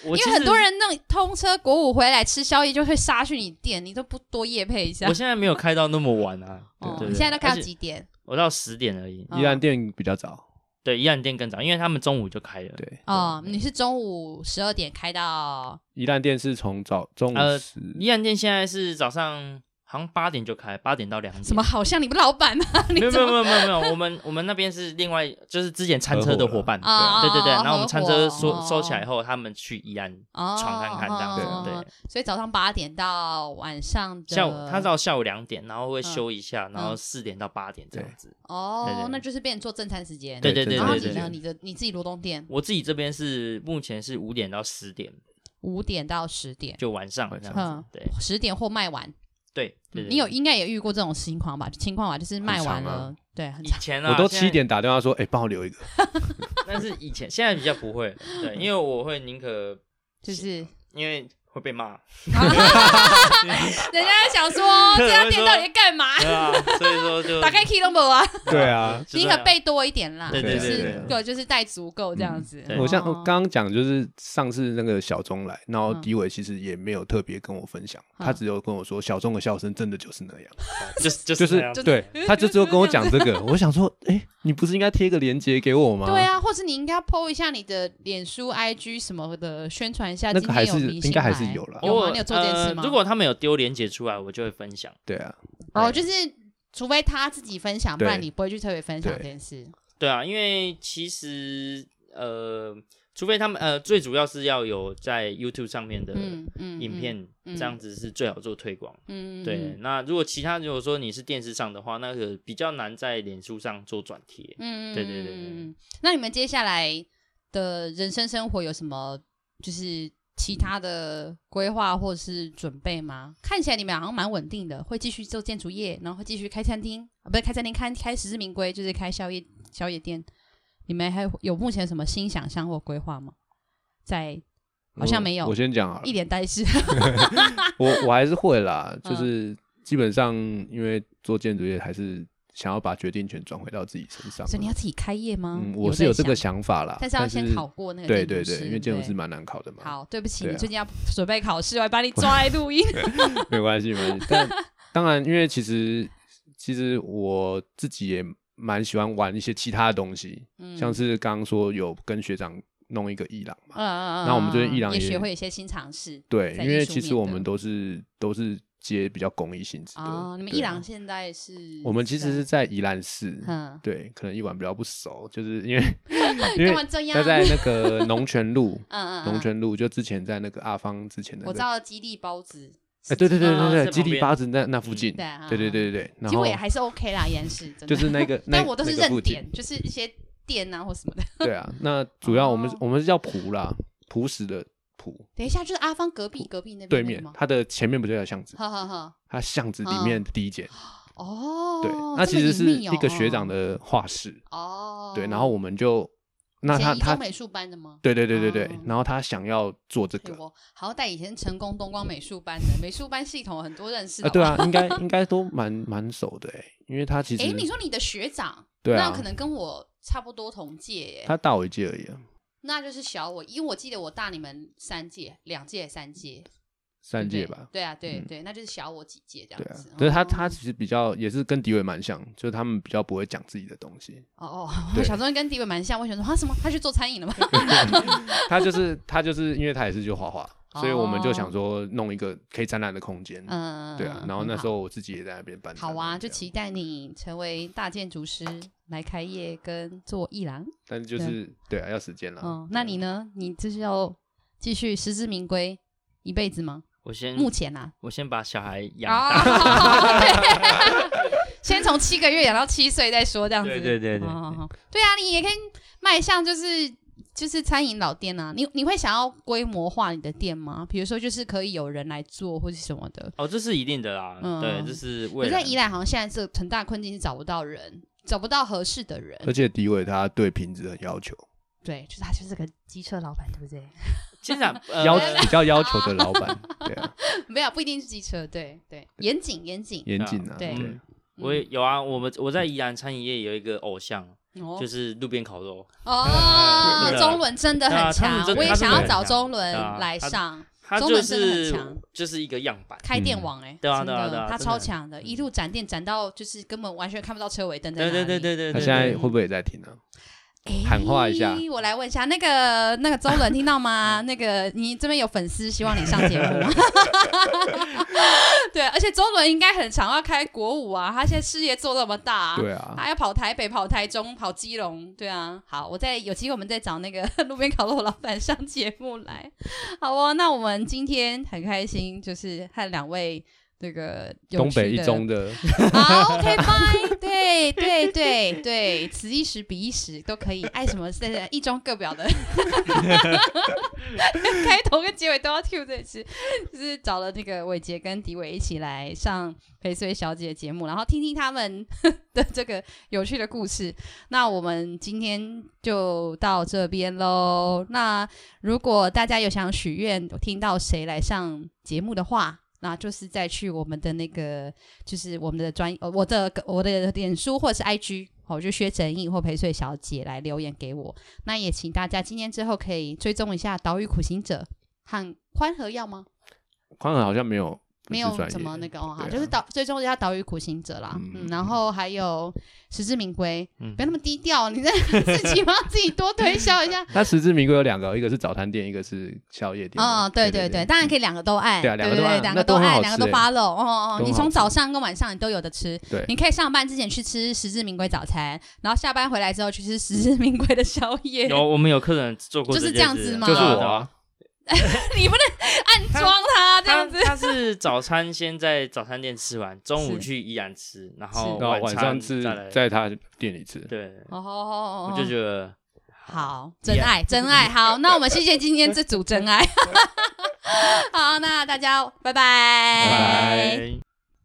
我因其为实很多，人那种通车国五回来吃宵夜就会杀去你店，你都不多夜配一下我。现在没有开到那么晚啊。哦，对你现在都开到？对对而且几点？我到十点而已。嗯依然店比较早，对，宜兰店更早，因为他们中午就开了。对，哦，你是中午十二点开到宜兰店是从早中午呃十，宜兰店现在是早上好像八点就开，八点到两点。什么？好像你们老板啊？你没有没怎有么没有没有没有，我们我们那边是另外，就是之前餐车的伙伴，啊？对对对，哦然后我们餐车收收起来，合后，他们去宜安伙哦闯看看这样哦子，对，所以早上八点到晚上的下午他到下午两点，然后会休一下，然后嗯四点到八点这样子。对哦对，那就是变成做正餐时间。对对对对然后对你对呢？对，你的你自己罗东店我自己这边是目前是五点到十点，五点到十点，就晚上这样嗯子，对十点或卖完。对对。对你有应该也遇过这种情况吧？情况吧，就是卖完很长啊了，对，很以长。前啊，我都现七在，点打电话说，哎，帮我留一 *laughs* 个，但是以前现在比较不会，对，因为我会宁可就是因为会被骂，人家想 *laughs* 说客这人家会店说到底在干嘛？对啊，所以说就打 *laughs* 开 key 都没有啊，对 *laughs* 啊，就你这可样备多一点啦，对嗯对就对对是对对，就是带足够这样子。对我像哦我刚刚讲，就是上次那个小钟来，然后嗯迪伟其实也没有特别跟我分享，嗯他只有跟我说小钟的笑声真的就是那样，就是就就是那样对，他就只有跟我讲这 *laughs* 个。我想说，哎，你不是应该贴个链接给我吗？对，啊，或是你应该 PO 一下你的脸书、IG 什么的，宣传一下。那今个天还有是明星应该还是来有啦有我吗？你有做这件事吗？呃如果他们有丢链接出来，我就会分享。对啊，哦，就是除非他自己分享，不然对你不会去特别分享对这件事。对啊，因为其实呃，除非他们呃，最主要是要有在 YouTube 上面的嗯嗯，影片，嗯这样子是最好做推广。嗯，嗯，对，嗯那如果其他如果说你是电视上的话，那个比较难在脸书上做转贴。嗯，对对对对嗯。那你们接下来的人生生活有什么就是其他的规划或是准备吗？看起来你们好像蛮稳定的，会继续做建筑业，然后会继续开餐厅，啊、不是开餐厅，开开实至名归，就是开宵夜宵夜店。你们还有目前什么新想象或规划吗？在好像没有我先讲好了一，脸呆滞，*laughs* 呃我我还是会啦，嗯就是基本上因为做建筑业还是想要把决定权转回到自己身上。所以你要自己开业吗？嗯，我是有这个在，想法啦，但是要先考。过那个对建对筑对师，因为建筑对师蛮难考的嘛。好，对不起，对你啊最近要准备考试，我还把你抓来录音。 *laughs* 没关系，没关系。 *laughs* 但当然，因为其实其实我自己也蛮喜欢玩一些其他的东西，像是刚刚说有跟学长弄一个伊朗嘛，嗯，嗯嗯那我们最嗯近伊朗也也学会一些新尝试对，在因艺为术其实面我的们都是都是接比较公益性质的。啊。你们对伊朗现在是？我们其实是在宜兰市，嗯，对，可能一晚比较不熟，就是 *laughs* 因为因干为嘛这样？，他在那个农泉路 *laughs* 嗯嗯，农嗯泉路就之前在那个阿芳之前的、那我个，知道基地包子。哎，对对对嗯啊在对对，基旁地边八子那那附嗯近，对啊对对对对对，然其实后我也 *laughs* 还是 OK 啦，延时真的。就是那 *laughs* 个，那但我都是那个认附近点，就是一些店啊或什么的。对啊， *laughs* 那主要我们、哦我们是叫蒲啦，朴实的朴，等一下，就是阿芳隔壁隔壁那边对那个面吗？它的前面不就叫巷子？呵呵呵，它巷子里面的第一间，嗯哦，对，这那么其实隐是秘哦一个学长哦的画室，哦，对，然后我们就那以前他移动他，美术班的吗？对对对对对，哦然后他想要做这对，个我好歹以前成功东光美术班的美术班系统很多认识啊，的。对啊，*laughs* 应该应该都蛮蛮熟的哎，因为他其实哎，你说你的学长，对那啊可，能跟我差不多同届耶。他大我一届而已啊，那就是小我，因为我记得我大你们三届，两届三届，三对届不对吧。对啊，对嗯对，那就是小我几届这对样啊子。，可是他哦他其实比较也是跟迪伟蛮像，就是他们比较不会讲自己的东西，哦哦，我对小时候跟迪伟蛮像，我想说啊他什么，他去做餐饮了吗？他就是他就是因为他也是就画画，所以我们就想说弄一个可以展览的空间，哦嗯，对啊，然后很那好时候我自己也在那边办展好览这样，啊，就期待你成为大建筑师，来开业跟做艺廊。但是就是对啊，要时间了。嗯，那你呢？你就是要继续实至名归一辈子吗？我嗯先目前啊，我先把小孩养大，啊，先从七个月养到七岁再说，这样子。对对对对好好好对啊，你也可以迈向就是就是餐饮老店啊。你你会想要规模化你的店吗？比如说就是可以有人来做或是什么的。哦，这是一定的啦，嗯对，这是我未在来宜兰好像现在这个很大困境是找不到人，找不到合适的人。而且迪伟他对品质很要求，对，就是他就是个机车老板，对不对？现在呃要比较要求的老板，对 *laughs* 啊， *laughs* 没有，不一定是机车，对对，严谨严谨。严谨啊，对对，我嗯也有啊，我们我在宜兰餐饮业有一个偶像，哦就是路边烤肉，哦 *laughs* 对，啊中伦真的很对啊他强们，真的我也想要找他真的很强中伦对啊来上他中就文真的很是强就是一个样板，开店网哎，对啊真对啊对的啊他真的超很强的，一路展店展到就是根本完全看不到车尾灯在对哪对里。对对对，他对现在会不会也在听啊呢？哎喊话一下我来问一下那个那个周伦听到嗯吗？那个你这边有粉丝希望你上节 *laughs* 目，对，而且周伦应该很常要开国舞啊，他现在事业做那么大、对啊，他要跑台北、跑台中、跑基隆，对啊。好，我再有机会我们再找那个 *laughs* 路边烤肉老板上节目来。好哦，那我们今天很开心，就是和两位那个有东北趣一的中的 *laughs* 好，OK，拜。对对对对，此一时彼一时都可以，爱什么在一中各表的， *laughs* 开头跟结尾都要 Q 这次，就是找了那个伟杰跟迪伟一起来上陪睡小姐的节目，然后听听他们 *laughs* 的这个有趣的故事。那我们今天就到这边喽。那如果大家有想许愿，听到谁来上节目的话，那就是再去我们的那个就是我们的专呃我的我的脸书或是 IG，哦，就薛成义或陪睡小姐来留言给我。那也请大家今天之后可以追踪一下《岛屿苦行者》和宽和药吗？宽恒好像没有，不没是有专业怎么那个哦，好，对啊就是岛追踪一下《岛屿苦行者》啦。嗯嗯然后还有实至名归，嗯不要那么低调， *laughs* 你在自己帮自己多推销一下。他实至名归有两个，一个是早餐店，一个是宵夜店。哦，对对对，当然可以两个都爱，对啊对两个都对爱两那个都都很爱，好两个都吃欸 follow，哦哦，都你很从好吃早上跟晚上你都有的吃，对你可以上班之前去吃实至名归早餐，然后下班回来之后去吃实至名归的宵夜，有我们有客人做过就是件这样事子吗就是对啊我啊，你不能 *laughs* 暗装他这他样子。他是早餐先在早餐店吃完，中午去依然吃，然后是然后晚上餐是再来。在他店里吃。对，哦哦我就觉得好，真爱，真爱，好，那我们谢谢今 *laughs* 天这组真爱，好，那大家拜拜拜拜。